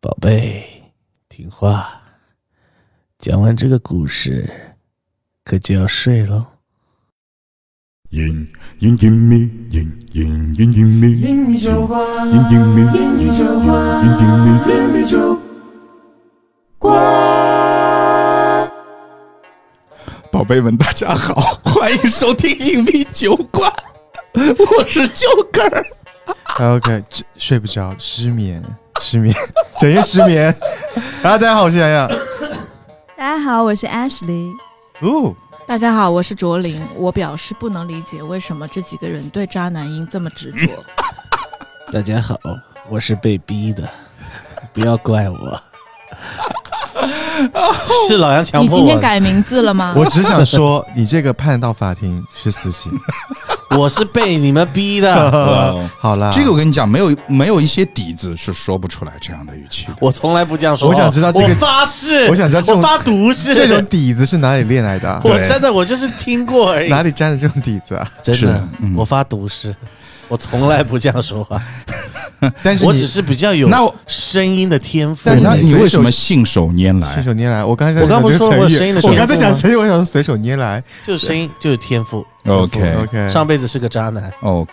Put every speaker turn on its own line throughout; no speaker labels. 宝贝，听话。讲完这个故事，可就要睡喽。
隐隐隐秘，隐隐隐隐秘，
英语酒馆，
隐隐秘，
英语酒馆，
隐隐秘。
英语酒馆。
宝贝们，大家好，欢迎收听硬币酒馆，我是九根儿。
OK，这睡不着，失眠，失眠， 整夜失眠。啊，大家好，我是洋洋。
大家好，我是 Ashley。
哦，
大家好，我是卓林。我表示不能理解，为什么这几个人对渣男音这么执着？
大家好，我是被逼的，不要怪我，是老杨强
你
迫
今天
我的，
改名字了吗？
我只想说，你这个判到法庭是 死刑。
我是被你们逼的，
哦
好啦，
这个我跟你讲，没有没有一些底子是说不出来这样的语气的。
我从来不这样说。
我想知道这个
我发誓，
我想知道这种
我发毒誓，
这种底子是哪里练来 的啊、
我真的我就是听过而已，
哪里沾的这种底子啊？
真
是
的
的，嗯
我发毒誓。我从来不这样说话，
但是
我
你
只是比较有
那我
声音的天赋。
但是
那
你
你
随
为
手
什么信手拈
信
来？
手拈来。我刚才在
我刚不是
想
说
这个
了我
成语
声音的
我
天
刚
赋
才想
吗
声音，我想说随手拈来。
就是声音，就是天赋。
OK
OK，
上辈子是个渣男，
哦，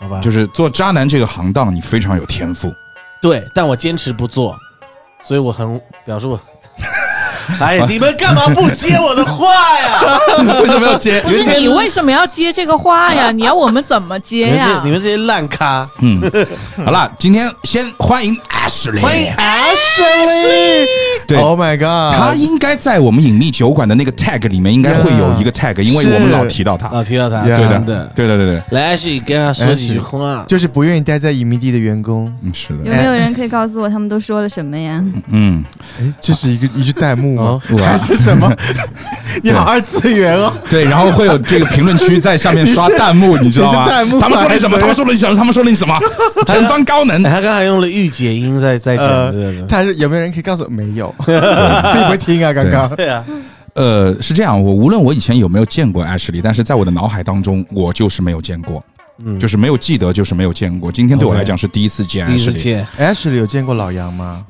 好吧？
就是做渣男这个行当，你非常有天赋。
对，但我坚持不做，所以我很表示我。哎，你们干嘛不接我的话呀？
为什么要 接
不是你为什么要接这个话呀？你要我们怎么
你
接
们这
呀
你？们这些烂咖，
嗯，好了，今天先欢迎 Ashley，
欢迎 Ashley。
对
o h Oh my God，
他应该在我们隐秘酒馆的那个 tag 里面应该会有一个 tag，因为我们老提到他。
老提哦到他，
Yeah
啊真的。
对对对对，
来，Ashley 跟他说几句话。
就是不愿意待在隐秘地的员工。
嗯，是
有
的，
没有人可以告诉我他们都说了什么 呀？
嗯，
哎，这是一个一句弹幕吗？
哦
哇
还是 什么？你好二次元哦。
对，然后会有这个评论区在下面刷弹幕，你知道 吗？
你是弹幕
他们说你什么？
还是
他们说了你什么？他们说了你 什么？前方高能
哎，！他刚才用了御姐音在在讲
呃
这个，
他是有没有人可以告诉我？没有， 自己会听啊。刚刚
对啊，
呃，是这样，我无论我以前有没有见过 Ashley，但是在我的脑海当中，我就是没有见过，
嗯，
就是没有记得，就是没有见过。今天对我
OK
来讲是第一次见
嗯第一次
Ashley，
见，
Ashley 哎有见过老杨吗？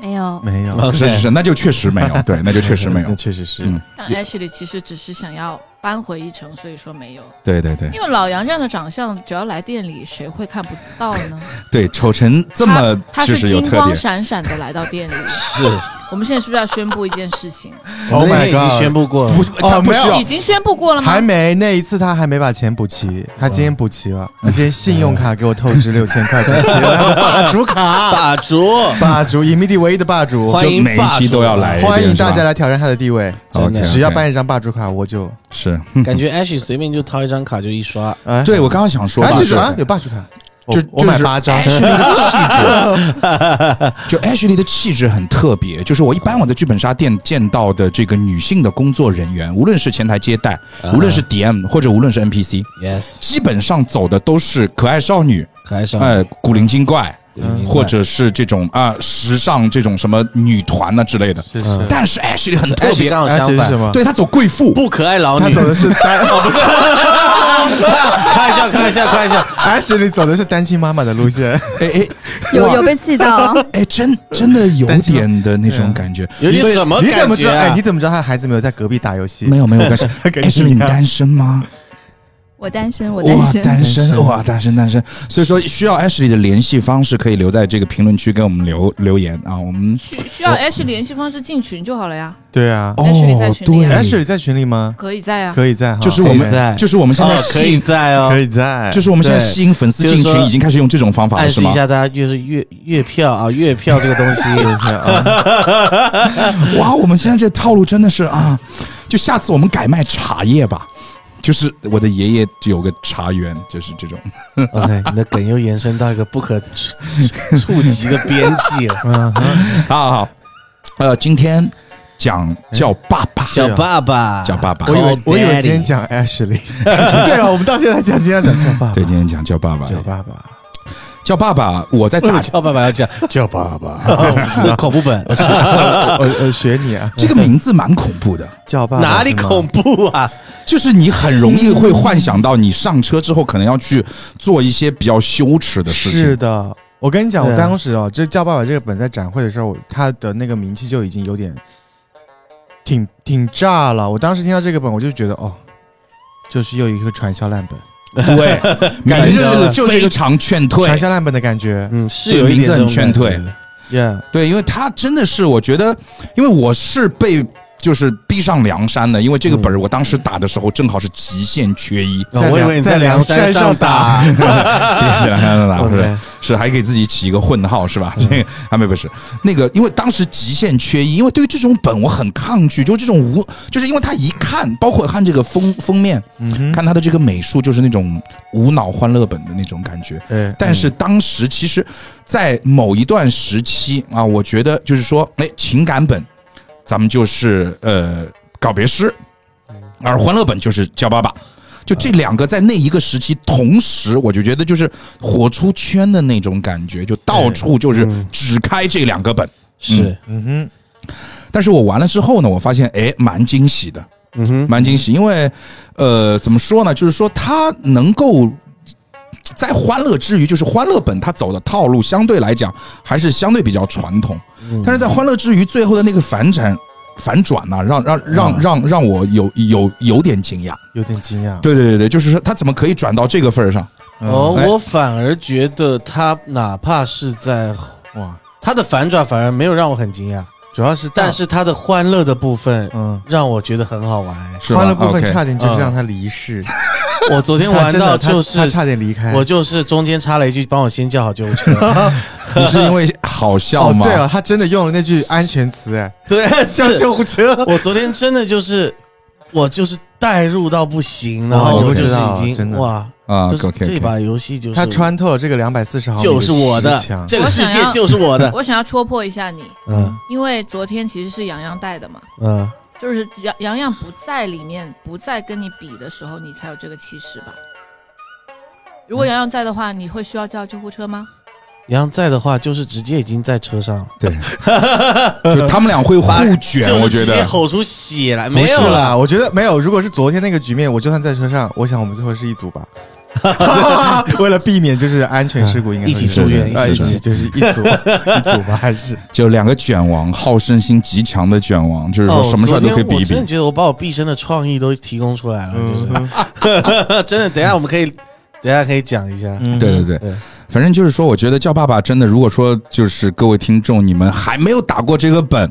没有，
没有，
OK
是是是，那就确实没有，对，那就确实没
那
有，
确实是。
嗯
但 Ashley 其实只是想要扳回一城，所以说没有。
对对对
因为老杨这样的长相，只要来店里，谁会看不到呢？
对，丑成这么
他他
就是是有
金
特
光
点，
闪闪的来到店里。
是，
我们现在是不是要宣布一件事情？
我
Oh
们
my
已经
god
宣布过了，
哦，没有，
已经宣布过了吗
还？没。那一次他还没把钱补齐，他今天补齐了，他今天信用卡给我透支六千块补齐了。霸主卡，
打住，
霸主，隐秘地唯一的霸主，
欢迎
就每一期都要来一遍，
欢迎
是吧
大家来挑战他的地位。
真的
OK，OK
只要办一张霸主卡，我就
是，
感觉 Ashley 随便就掏一张卡就一刷，
哎，
对我刚刚想说吧，
哎，是
是
什么？有霸主卡，
就
就我买八张。
就 Ashley 的气质很特别，就是我一般我在剧本杀店见到的这个女性的工作人员，无论是前台接待，无论是 DM 或者无论是 NPC，
yes，
基本上走的都是可爱少女，
可爱上
哎、古灵精怪，
嗯
或者是这种啊、时尚这种什么女团呐、啊之类的。
是是，
但是 Ashley 很特
Ashley
别，
刚好
哎
相
是
反
什，么？
对她走贵妇，
不可爱老
他
女，哦
走的是 单，
开玩笑，开玩笑，开玩笑。
Ashley 走的是单亲妈妈的路 线。
哎哎
有
哇
有被气到，
哎，真真的有
但是
点的那
对
种
啊
感觉。
有点什么
你怎
感
么知
觉
道？哎，
啊
你？怎么知道他孩子没有在隔壁打游戏？
没有没有，但是
跟你一样
Ashley 你单身吗？
我单身，我
哇，
单身。
单
单身
身，哇，单身，单身。所以说，需要 Ashley 的联系方式可以留在这个评论区给我们留留言啊。我们
需需要 H 联系方式进群就好了呀，
对啊
哦
Ashley 在，群里
对
啊
Ashley 在群里吗？
可以在啊。
可以在哈，
就是我
可以在
们，就是我们现在
哦可
吸
以
引，
在哦
可，以在，
就是我们现在
对
吸引粉丝进
就是说
群已经开始用这种方法了，
暗
是
示一
吗？
下大家，就是月月票啊，月票这个 东西，
啊
哇，我们现在这套路真的是啊，就下次我们改卖茶叶吧。就是我的爷爷有个茶园，就是这种。
OK，你的梗又延伸到一个不可触触及的边界了，
嗯
好好好， 呃，今天讲叫爸爸，
啊
叫爸爸，
叫爸爸
我以为
Call
我以为
Oh, daddy
今天讲 Ashley，对 啊，我们到现在讲今天讲叫爸爸，
对，今天讲叫爸爸，
叫爸爸，
叫爸爸。我在
为什
打
么叫爸爸要 讲叫爸爸？那恐怖本
我我学你啊，
这个名字蛮恐怖的，
叫爸爸
哪里
是吗
恐？怖啊？
就是你很容易会幻想到你上车之后可能要去做一些比较羞耻的事情。
是的，我跟你讲，我
对啊
当时哦，这《叫爸爸》这个本在展会的时候，他的那个名气就已经有点挺挺炸了。我当时听到这个本，我就觉得哦，就是又一个传销烂本，
对，感觉就是就是一个常劝退
传，销烂本的感觉。
嗯，是有一点这种
劝退
感觉的，
Yeah，
对，因为他真的是，我觉得，因为我是被就是逼上梁山的，因为这个本儿我当时打的时候正好是极限缺 一，
哦我以为你在梁山上打，
极限梁山打不
OK
嗯
是是还给自己起一个混号是吧？这个 啊没有不是那个，因为当时极限缺一，因为对于这种本我很抗拒，就这种无，就是因为他一看，包括看这个封封面，
嗯哼，
看他的这个美术，就是那种无脑欢乐本的那种感觉。
对，
但是当时其实，在某一段时期啊，我觉得就是说，哎，情感本，咱们就是呃告别诗，而欢乐本就是叫爸爸。就这两个在那一个时期同时，我就觉得就是火出圈的那种感觉，就到处就是只开这两个本。
是，
嗯
但是我完了之后呢，我发现哎，蛮惊喜的，
嗯哼，
蛮惊喜，因为呃，怎么说呢，就是说他能够。在欢乐之余，就是欢乐本他走的套路相对来讲还是相对比较传统，但是在欢乐之余最后的那个反转反转呢、让让让让让我有有有点惊讶。
哼，有点惊讶。
对对对对，就是说他怎么可以转到这个份儿上？
嗯
哦，
哎
我反而觉得他哪怕是在
哇，
他的反转，反而没有让我很惊讶，
主要是大
但是他的欢乐的部分
嗯，
让我觉得很好 玩。
是吧
欢乐部分
OK
差点就是
嗯
让他离世，
我昨天
他
玩
真
到
的他
就是
他差点离开。
我就是中间插了一句，帮我先叫好救护车。
你是因为好笑
哦，
吗？
对啊，他真的用了那句安全词，哎，
对，
叫
是
救护车。
我昨天真的就是，我就是代入到不行，然
哇
后
你
我
不
就
知
是
哦道
已
真
经
的
哇，
啊
就是
，OK，
这把游戏就是
他穿透了这个两百四十毫米，
就是我的
强，
这个世界就是我 的，
我想要戳破一下你，
嗯
因为昨天其实是洋洋带的嘛，
嗯，
就是洋洋洋不在里面，不再跟你比的时候，你才有这个气势吧。如果洋洋在的话，你会需要叫救护车吗？
杨在的话就是直接已经在车上了，
就他们俩会
把
互卷，
就
我
是
觉
直接
得
吼出血来，
不
没
是
有啊了，
啦，我觉得没有。如果是昨天那个局面，我就算在车上，我想我们最后是一组 吧。 为了避免就是安全事故，应该
一
会是
起住院，
啊，一
一起住
起
院。
就是一组一组吧，还是
就两个卷王，好胜心极强的卷王，就是
哦
说，什么事儿都可
昨
以
天
比一
我真的
比。
觉得我把我毕生的创意都提供出来了，就是
嗯
真的。等一下我们可以，等一下可以讲一下。
嗯
对对对
对，
反正就是说，我觉得叫爸爸真的，如果说就是各位听众，你们还没有打过这个本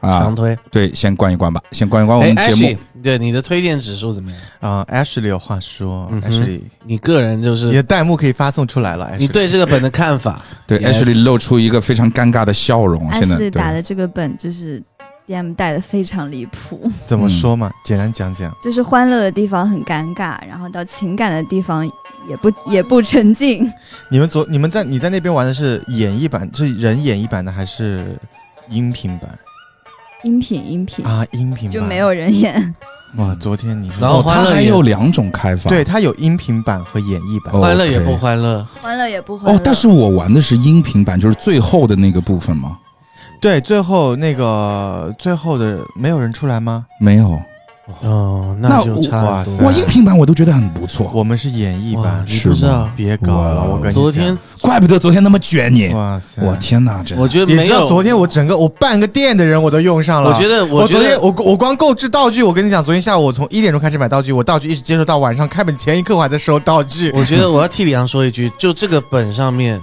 啊
长，推，
对，先关一关吧，先关一关我
哎
们节目
Ashley，对你的推荐指数怎么样？
啊，Ashley 有话说
嗯哼
，Ashley，
你个人就
你的
是
弹幕可以发送出来了，Ashley，
你对这个本的看法？
对
Yes
Ashley 露出一个非常尴尬的笑容。
安
现在
室打
对
的这个本就是 DM 带的非常离谱，
怎么说嘛？简单讲讲，
就是欢乐的地方很尴尬，然后到情感的地方也不也不沉浸。
你们昨你们在你在那边玩的是演绎版，是人演绎版的还是音频版
音频音频、
啊？音频版
就没有人演，
哇，昨天你
然
哦
后，
他
欢乐
还
也
有两种开放，
对，它有音频版和演绎版。
哦
欢乐也
OK
不欢乐，
欢乐也不欢乐。
哦，但是我玩的是音频版，就是最后的那个部分吗？
对，最后那个最后的没有人出来吗？
没有，
哦，
那
就
我
差
哇
很
塞
多
我
了。
音频版我都觉得很不错，
我们是演绎
哇
版，
你
是
不知
吗
道，
别搞了，
哇
我跟你
昨天
怪不得昨天那么卷你
讲，。哇塞，
我天哪，真的啊
我觉得
你
没
知道
有，
昨天我整个我半个店的人我都用上了。
我觉
得
得
我
觉
昨 天
得
我我光购置道具，我跟你讲，昨天下午我从一点钟开始买道具，我道具一直接收到晚上开门前一刻我还在收道具。
哦
我觉得我要替李阳说一句，就这个本上面，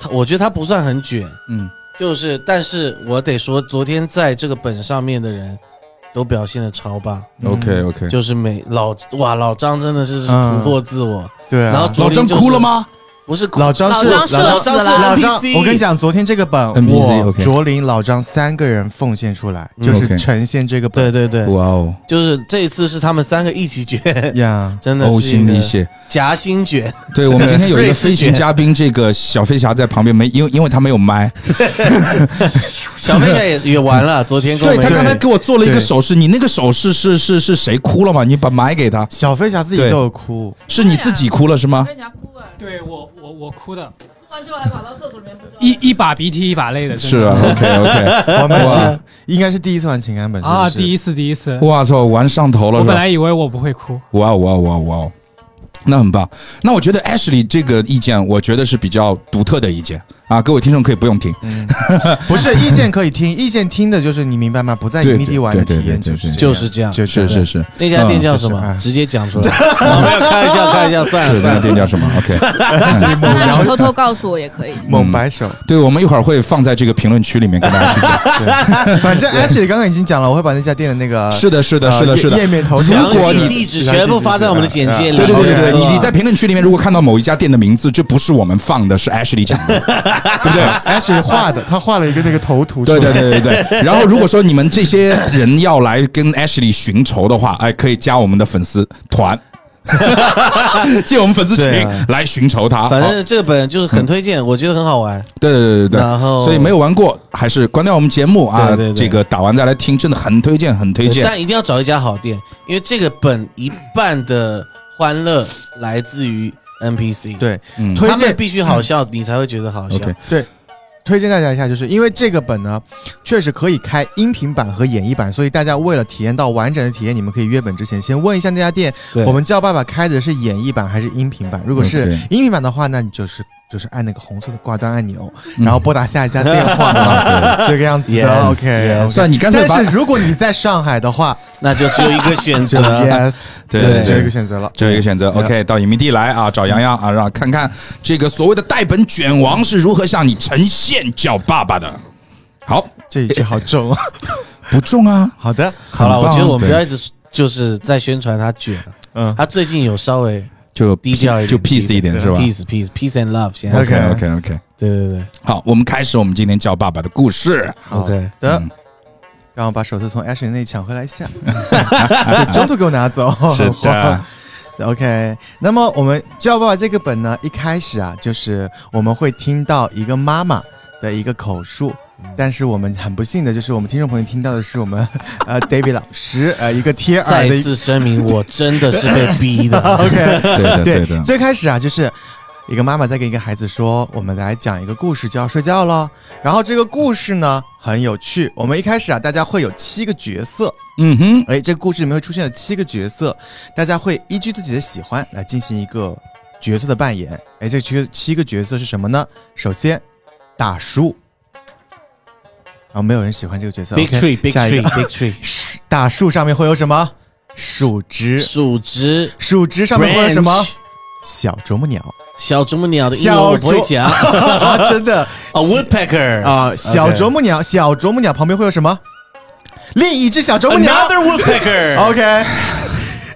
他我觉得他不算很卷，
嗯，
就是，但是我得说，昨天在这个本上面的人都表现的超棒，
OK OK，
就是每老哇老张真的是
嗯
突破自我，
对啊，
然后
老
昨天
张
就是
哭了？吗？
不是哭，
老张是
老张
老张是
射死了
老张
NPC，，
我跟你，讲，昨天这个本
NPC
我
OK
卓林、老张三个人奉献出来，
嗯
就
OK
是呈现这个本
对对对，
哇哦，
就是这一次是他们三个一起卷，
呀。
真的
呕
是一
心
个
沥血。
夹心卷，
对我们今天有一
瑞
个
士
飞行
卷
嘉宾，这个小飞侠在旁边没，因为因为他没有麦，
小飞侠也也完了，昨天跟我
对
们
他刚才
对
给我做了一个
对
手势，你那个手势是是是谁哭了吗？你把麦给他，
小飞侠自己都有哭，
是你自己哭了是吗？
为啥哭啊？
对我我我哭的，
哭完之后还跑到厕所里面不知道
一一把鼻涕一把泪的，
是啊，OK OK，
我们
哇
应该是第一次玩情感本
啊，
是不是
第一次第一次，
哇操，玩上头了
我
是
本
吧？
来以为我不会哭，
哇哦哇哦哇哦哇哦！那很棒。那我觉得 Ashley 这个意见，我觉得是比较独特的意见啊，各位听众可以不用听。
嗯， 不是意见可以听，意见听的就是你明白吗？不在
对
异地玩的
对
体
对
验
对
就是
对
就是这样。
就是
是是，
那家店叫什
嗯
么
就？是
直接讲 出来。我没有开玩笑，开玩笑，算
哎
了
是那
算
个店
了。
叫什么？OK，
那你偷偷告诉我也可以。
猛摆手。
对，我们一会儿会放在这个评论区里面跟大家去讲。
反正 Ashley 刚刚已经讲了，我会把那家店的那个
是的，是的，
呃
是的，
页
是的
页。面投出来
详
如果
细
你
地址全部发在我们的简介里。
对对对
好
对
的
对，你你在
没
评论区里面如果看到某一家店的名字，这不是我们放的，是 Ashley 讲的，对 不对？
啊 Ashley 画的，他画了一个那个头图出
对
来。
对对对对。然后如果说你们这些人要来跟 Ashley 寻仇的话，哎，可以加我们的粉丝 团，借我们粉丝群
对啊
来寻仇他。
错反
好嗯
正这本就是很推荐，我觉得很好玩。
对对对对对。
然后
所以没有玩过，还是关掉我们节目啊！
对对对
这个打完再来听，真的很推荐，很推荐。
但一定要找一家好店，因为这个本一半的欢乐来自于 NPC，
对
嗯
推
他们
荐
必须好笑，你才会觉得好笑。
OK
推荐大家一下，就是因为这个本呢，确实可以开音频版和演绎版，所以大家为了体验到完整的体验，你们可以约本之前先问一下那家店，
对
我们叫爸爸开的是演绎版还是音频版？如果是
OK
音频版的话，那你就是就是按那个红色的挂断按钮，
嗯
然后拨打下一家电话 嘛，这个样子的。
Yes,
OK，
算了你干脆把
但是如果你在上海的话，
那就只有一个选
就
择。
Yes，
对对
只有一个选择了。
这有一个选择，OK，到影迷地来啊，找洋洋啊，让看看这个所谓的带本卷王是如何向你呈现叫爸爸的。好，
这一句好重 啊。
不重啊，
好的，
好了，
很
我
棒
觉得我们
对
不要一直就是在宣传他卷，
嗯，
他最近有稍微
就
低调一点，
就 peace 一点是吧
peace peace peace and love，现在
OK
？OK OK OK，
对对对
好，我们开始我们今天叫爸爸的故事。
，OK，
的
嗯，
让我把手册从 Ashley 那里抢回来一 下， 就中途给我拿走。
是的，
OK，那么我们《叫爸爸》这个本呢，一开始啊，就是我们会听到一个妈妈的一个口述，
嗯
但是我们很不幸的就是，我们听众朋友听到的是我们 呃 David 老师呃一个贴耳
再
的一
次声明，我真的是被逼 的。
OK
对的
对
对的，
最开始啊，就是一个妈妈在跟一个孩子说：“我们来讲一个故事，就要睡觉了。”然后这个故事呢很有趣，我们一开始啊，大家会有七个角色，
嗯哼，
哎，这个故事里面会出现了七个角色，大家会依据自己的喜欢来进行一个角色的扮演。哎，这七七个角色是什么呢？首先，大叔。啊、没有人喜欢这个角色。
Big
OK，
tree big
下一
tree
个
big tree，
树大树上面会有什么？树枝。
数值
树枝上面会有什么？小啄木鸟。
小啄木鸟的英文我不会讲 啊
啊，真的
哦，woodpecker
啊！小啄木鸟，小啄木鸟旁边会有什么？另一只小啄木鸟。
，another woodpecker。
OK，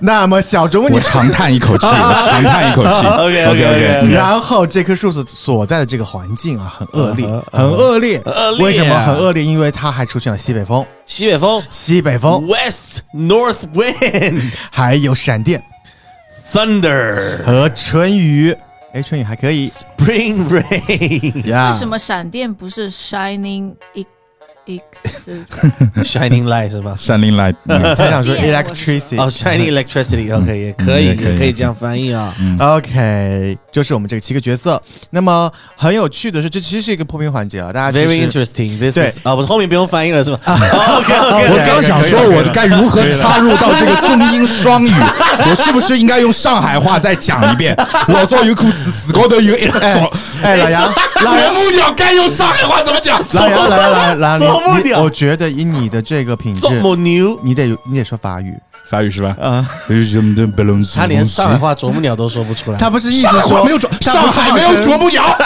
那么小啄木
我
鸟，
长叹一口气，我长叹一口 气。嗯
OK，OK，OK，
OK
然后这棵树所所在的这个环境啊，很恶劣
嗯，
很恶劣。
恶
啊
劣
为什么很恶劣？因为它还出现了西北风，
西北风
西北
嗯
风
，west north wind
还有闪电
thunder
和春雨。哎，春雨还可以
spring rain
呀
为什么闪电不是 shining x
shining light 是吧？
山林来， 嗯
他想说
电我是
啊
electricity
哦，shining electricity，OK 也可以，
嗯也可以
也可以这样翻译啊。
OK，就是我们这个七个角色。那么很有趣的是，这其实是一个破冰环节啊，大家其
Very
实
interesting. This
对
is 啊，我后面不用翻译了是吧？OK
我
OK，
刚想说，我该如何插入到这个中英双语？我是不是应该用上海话再讲一遍？我做有苦死死高头有一直做。
哎，老 杨，老
啄木鸟该用上海话怎么讲？
老杨，来来来
啄木
来，你
鸟
我觉得以你的这个品质
这，么牛，
你得有你得说法语
法语是吧？哎
啊。
他连上海话啄木鸟都说不出来。
他不是一
上
直
海
说
话没有啄，
他
上
不是
海
号
没有
称
啄木鸟，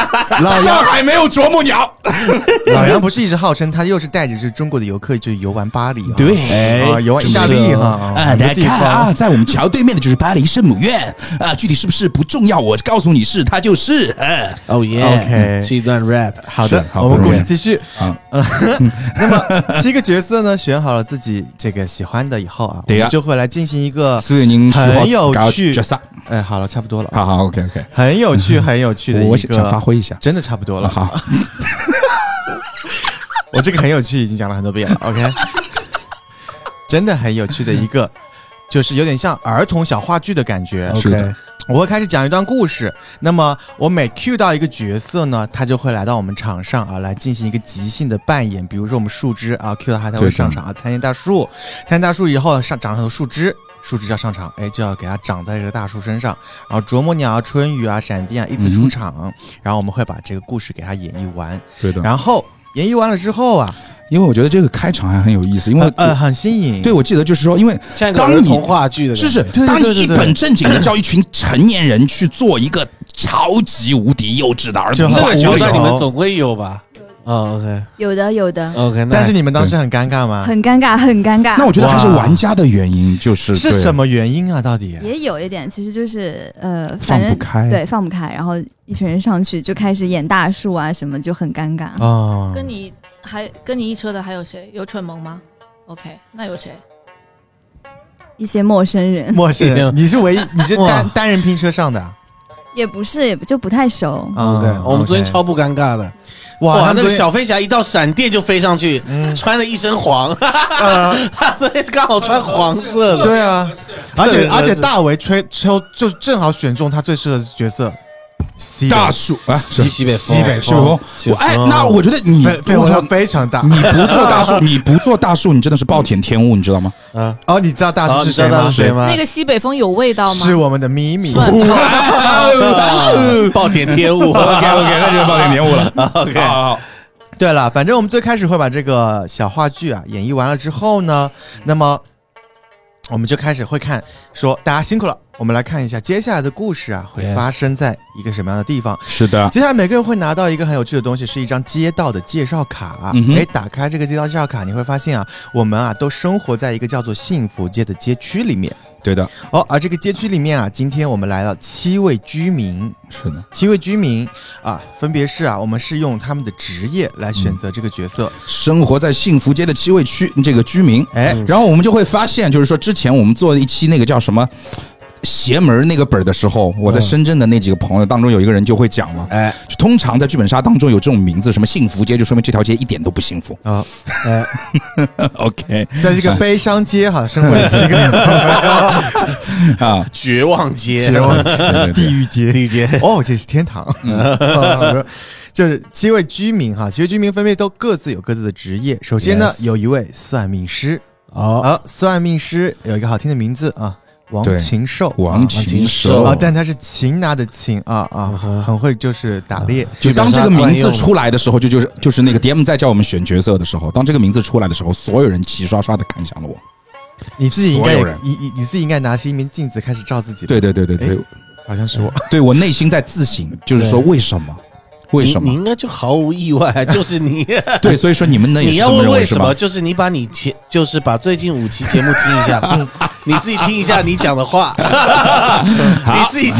老
上
杨
海没有啄木鸟。
老杨不是一直号称他又是带着就是中国的游客就游玩巴黎啊，啊游玩意大
哎就是
利哈，
啊，
哦很多
大家
地
看啊，
方
在我们桥对面的就是巴黎圣母院啊，具体是不是不重要，我告诉你是，它就是。呃
哦耶
OK
是一段 rap。
好的
是，好
我们
不容
故
易
事继续
啊。
那么七个角色呢，选好了自己这个喜欢的以后啊，我
对呀
们就会来进行一个，
所以您
很有趣
角色，
哎，好了，差不多了，
好好，OK OK，
很有趣，很有趣的一
我想想发
个，
挥一下。啊
真的差不多了。
好，
我这个很有趣，已经讲了很多遍了。OK，真的很有趣的一个，就是有点像儿童小话剧的感觉。
是的
OK，
我会开始讲一段故事。那么我每 cue 到一个角色呢，他就会来到我们场上啊，来进行一个即兴的扮演。比如说我们树枝啊，cue 到他，他会
对
上场啊，参见大树。参见大树以后上长成树枝，树枝要上场，哎，就要给它长在这个大树身上。然后啄木鸟、春雨啊、闪电啊依次出场，然后我们会把这个故事给它演绎完。
嗯对的。
然后演绎完了之后啊，
因为我觉得这个开场还很有意思，因为
呃呃很新颖，
对，我记得就是说，因为
像一个
当
儿
你
童话剧的感
是
觉，
是，
对
当你
对对
一
对
本正经的叫一群成年人去做一个超级无敌幼稚的儿童
就
的
这
很
个
无
桥
聊
段你们总归有吧？哦，OK
有的有的，
OK，
但是你们当时很尴尬吗？
很尴尬，很尴尬。
那我觉得还是
哇
玩家的原因，就是
是
对
什么原因啊？到底？
也有一点，其实就是呃，
放
反正
不开？
对，放不开，然后一群人上去就开始演大树啊什么，就很尴尬。
啊
哦，
跟你还跟你一车的还有谁？有蠢萌吗？OK，那有谁？
啊
一些陌生 人
陌生
没有
人，你是唯一，你是
哇
单单人拼车上的啊
也不是，也不就不太熟。
OK，
嗯
啊哦我们昨天
OK
超不尴尬的，
哇，他
那
们
个
昨天
小飞侠一到闪电就飞上去，
嗯
穿的一身黄，他昨天刚好穿黄色的，
对啊，而
对
且
对
而且
对
大为吹抽就正好选中他最适合的角色，西
大
西
树啊，
西西北风
西北西北风
西北，风
哎，那我觉得你
被被
我
我啊
操
说非常大
你不做大树，你不做大树，你真的是暴殄天物，你知道吗？
啊，
哦，你知道大
然
叔
后
是
你知道
谁
他
吗
是？谁吗？
那个西北风有味道吗？
是我们的咪咪，
算了
啊暴殄天物
OK，那就是暴殄天物了。
OK，
好，
对了，反正我们最开始会把这个小话剧啊演绎完了之后呢，那么我们就开始会看，说大家辛苦了，我们来看一下接下来的故事啊会
Yes
发生在一个什么样的地方。
是的，
接下来每个人会拿到一个很有趣的东西，是一张街道的介绍卡。哎、
嗯哼
打开这个街道介绍卡，你会发现啊，我们啊都生活在一个叫做幸福街的街区里面。
对的，
哦，而这个街区里面啊，今天我们来了七位居民，
是的，
七位居民啊，分别是啊，我们是用他们的职业来选择这个角色。
生活在幸福街的七位区这个居民，
哎、
然后我们就会发现，就是说之前我们做一期那个叫什么邪门那个本儿的时候，我在深圳的那几个朋友当中有一个人就会讲嘛，
哎
就通常在剧本杀当中有这种名字，什么幸福街，就说明这条街一点都不幸福。
啊，
哎，
OK
在这个悲伤街哈、生活了七个 人，
啊，
绝望街，
绝望
对对对
地狱街，
地街，
哦，这是天堂。好
嗯
的 就是七位居民哈，七位居民分别都各自有各自的职业。首先呢
Yes
有一位算命师，
哦，
啊，算命师有一个好听的名字啊，王
对
禽兽，
王
禽
禽
兽
啊
兽，，哦
但他是擒拿的擒啊啊
嗯，哼
很会就是打猎。
啊就当这个
啊
名字
来，
出来的时候，就就是就是那个 DM 在叫我们选角色的时候，当这个名字出来的时候，所有人齐刷刷的看向了我。
你自己应该
所有人
也，你你你自己应该拿起一面镜子开始照自己。，
对对对对对，
好像是我。
对我内心在自省，就是说为什么？为什
你你
么？
应该就毫无意外，就是你，
对，所以说你们呢也
你
是
要
这么
问
认
为
为是
什
吧
么，？就是你把你前，就是把最近五期节目听 一下，嗯你自己听一下你讲的 话，你自己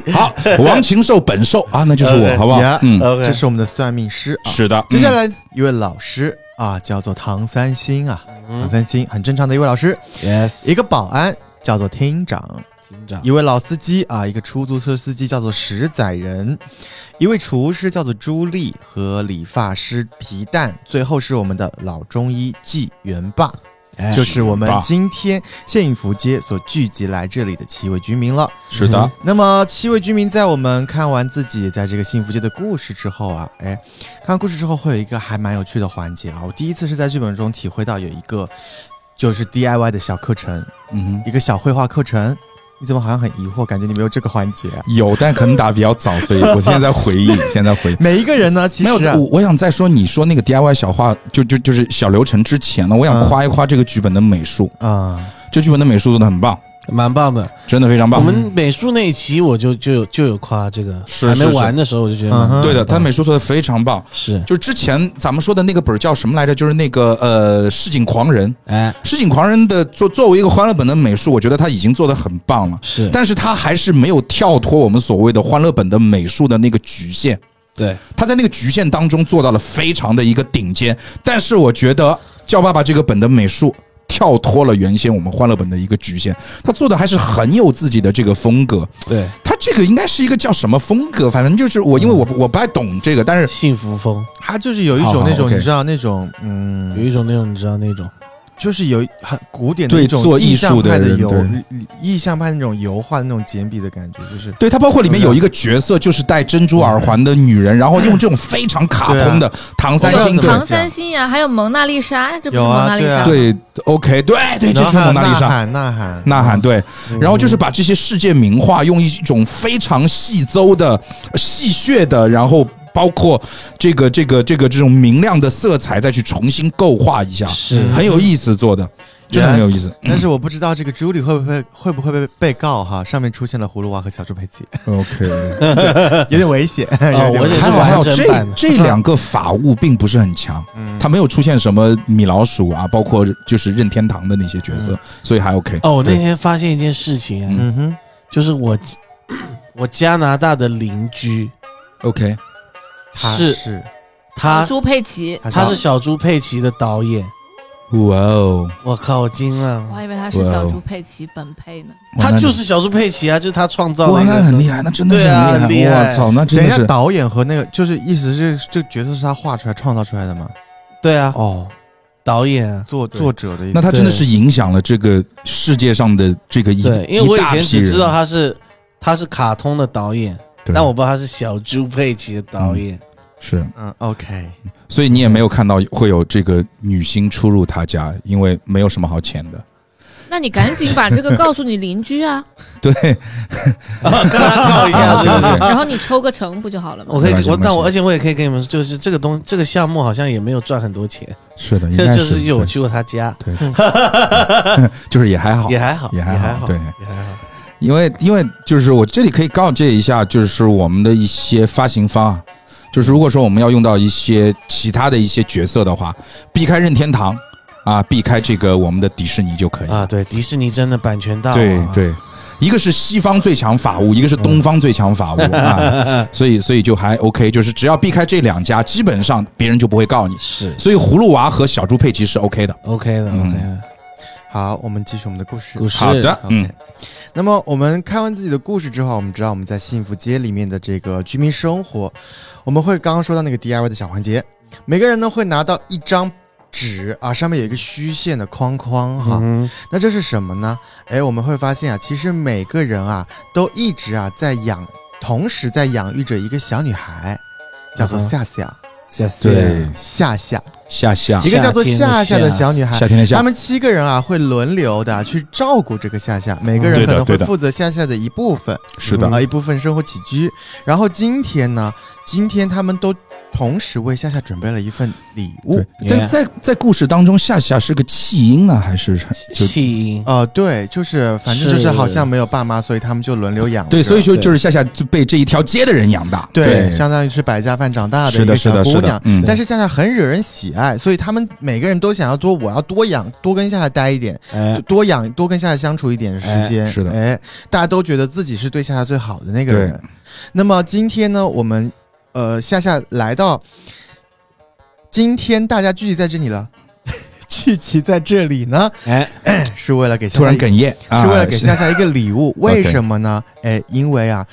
听。
好，王禽兽本兽啊，那就是我，
OK，
好不好
Yeah，？
嗯，
OK，
这是我们的算命师啊。
是的。
呃接下
嗯
来一位老师啊，叫做唐三星啊，唐三星很正常的一位老师，
嗯
yes，
一个保安叫做厅长，
厅长
一位老司机啊，一个出租车司机叫做石仔人，一位厨师叫做朱莉和理发师皮蛋，最后是我们的老中医纪元霸，
哎
就是我们
元霸
今天幸福街所聚集来这里的七位居民了。
是的，
那么七位居民在我们看完自己在这个幸福街的故事之后啊，哎，看完故事之后会有一个还蛮有趣的环节啊，我第一次是在剧本中体会到有一个就是 DIY 的小课程，
嗯
一个小绘画课程。你怎么好像很疑惑？感觉你没有这个环节啊、
哼，有，但可能打比较早，所以我现在在回忆，现在回忆。
每一个人 呢，其
没有
实啊、，
我我想再说，你说那个 DIY 小画，就就就是小流程之前呢，我想
嗯
夸一夸这个剧本的美术，
啊
这剧本的美术做的很棒，
蛮棒的。
真的非常
我
棒。
们美术那一期我就就有就有夸这个，
是
还没
是是
玩的时候我就觉得
嗯
蛮棒，
哼
对的，他
们
美术做的非常棒。
是
就之前咱们说的那个本儿叫什么来着？就是那个呃《市井狂人》。
哎
《市井狂人》的作作为一个欢乐本的美术，我觉得他已经做的很棒了，
是，
但是他还是没有跳脱我们所谓的欢乐本的美术的那个局限。
对
他在那个局限当中做到了非常的一个顶尖。但是我觉得《叫爸爸》这个本的美术跳脱了原先我们欢乐本的一个局限，他做的还是很有自己的这个风格。
对，
他这个应该是一个叫什么风格？反正就是我，因为我不我不太懂这个，但是
幸福风
他就是有一
好
种
好
那种
OK
你知道那种
有
嗯，
一种那种你知道那种
就是有很古典的
对
一种
做艺
意象
术的
派的
人
油
对
意象派那种油画那种简笔的感觉，就是
对它包括里面有一个角色就是戴珍珠耳环的女人，然后用这种非常卡通的唐三星
我不知道怎
的
么
唐三星
啊
呀，还有蒙娜丽莎，这不是
有
蒙
啊
娜丽莎？
对
对，OK，对对，这
然后
是蒙娜
还有
丽
呐
莎。
喊呐喊
呐喊，对，
嗯
然后就是把这些世界名画用一种非常细邹的、戏谑的，然后包括这个、这个、这个这种明亮的色彩，再去重新构画一下，
是
很有意思做的，真的很有意思。
但是我不知道这个 Judy 会不会会不会被被告哈？上面出现了葫芦娃和小猪佩奇，
OK，
有点危险。
哦
有点
我
危
也
险
是
哎还好还好，
完整
这
版的
这两个法务并不是很强，
嗯
他没有出现什么米老鼠啊，包括就是任天堂的那些角
嗯
色，所以还 OK。
哦，我那
对
天发现一件事情，哎
嗯
嗯哼，
就是我 我加拿大的邻居
OK，
他
是
是
他，
朱佩奇，
他
啊他是小猪佩奇的导演。
哇哦，
我靠，我惊
我
了，
还以为他是
哇
小
哦
猪佩奇本配呢。
他就是小猪佩奇啊，就是他创造
哇，
的一
那很
个。
厉害，那真的
对啊
是很
很厉
厉害，
害
我操，那
等
真
一
的
下
是
导演和那个就是意思是这个角色是他画出来创造出来的吗？
对啊，
哦，
导演啊。
作
对
作者的意
那
思。
他真的是影响了这个世界上的这个一
对，因为我以前只知道
他，
他是他是卡通的导演，
对
但我不知道他是小猪佩奇的导演。
是，
嗯，OK，
所以你也没有看到会有这个女星出入他家，因为没有什么好潜的。
那你赶紧把这个告诉你邻居啊，
对，
跟他告一 下，是不是？
啊
然后你抽个成不就好了吗
我？可以
嗯没关，系
我
没关系
但我而且我也可以跟你们说，就是这个东这个项目好像也没有赚很多钱，
是的，应
就
该
就是因为我
对
去过他家，
就是也还好，
也还好，
也还好，
好，
对。
也还好。
因为因为就是我这里可以告诫一下，就是我们的一些发行方啊，就是如果说我们要用到一些其他的一些角色的话，避开任天堂啊，避开这个我们的迪士尼就可以。
啊，对，迪士尼真的版权大王
对
啊，
对，一个是西方最强法务，一个是东方最强法务、
嗯
啊， 所以所以就还 OK，就是只要避开这两家，基本上别人就不会告你。
是
所以葫芦娃和小猪佩奇是 OK 的。
OK 的
嗯
，OK 的
好，我们继续我们的故事。
故事。
好的，嗯
OK，那么我们看完自己的故事之后，我们知道我们在幸福街里面的这个居民生活，我们会刚刚说到那个 DIY 的小环节，每个人呢会拿到一张纸啊，上面有一个虚线的框框哈，
嗯，
那这是什么呢？哎，我们会发现啊，其实每个人啊都一直啊在养，同时在养育着一个小女孩，叫做
嗯哼
夏夏
谢
对
谢。
夏夏，
夏夏
一个叫做
夏天
夏
的
夏的
夏
小女孩，
夏天的夏
他，们七个人啊，会轮流的去照顾这个夏夏，每个
嗯对
人
的
可能
对
会
的
负责夏夏的一部分，
是
啊、
的，
一部分生活起居。然后今天呢，今天他们都同时为夏夏准备了一份礼物。
对在在在故事当中，夏夏是个弃婴啊，还是就
弃婴，
呃，对，就是反正就是
是
好像没有爸妈，所以他们就轮流养着。
对，所以就
对
就是夏夏就被这一条街的人养大，
啊对，相当于是百家饭长大
是
一
的，
个
是
小
的，
姑
是的
娘，。
嗯，
但是夏夏很惹人喜爱，所以他们每个人都想要多，我要多养，多跟夏夏待一点，
哎
就，多养多跟夏夏相处一点时间，
哎是的
哎，大家都觉得自己是对夏夏最好的那个
对
人。那么今天呢，我们呃夏夏来到，今天大家聚集在这里了， 聚集在这里呢，
哎，
是为了给夏
突
夏
然
一个，
哽咽，啊
是为 了给夏夏一个礼物，为什么呢？哎，因为啊。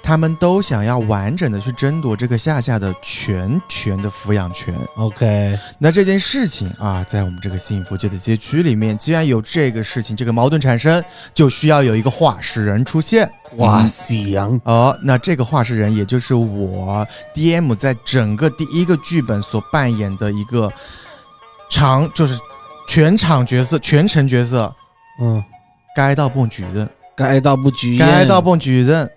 他们都想要完整的去争夺这个夏夏的全权的抚养权，
OK，
那这件事情啊，在我们这个幸福街的街区里面，既然有这个事情，这个矛盾产生，就需要有一个话事人出现。嗯
哇，喜羊
哦，那这个话事人也就是我 DM 在整个第一个剧本所扮演的一个长，就是全场角色、全程角色，
嗯，
该到蹦举人，
该到不举，
该到蹦举人，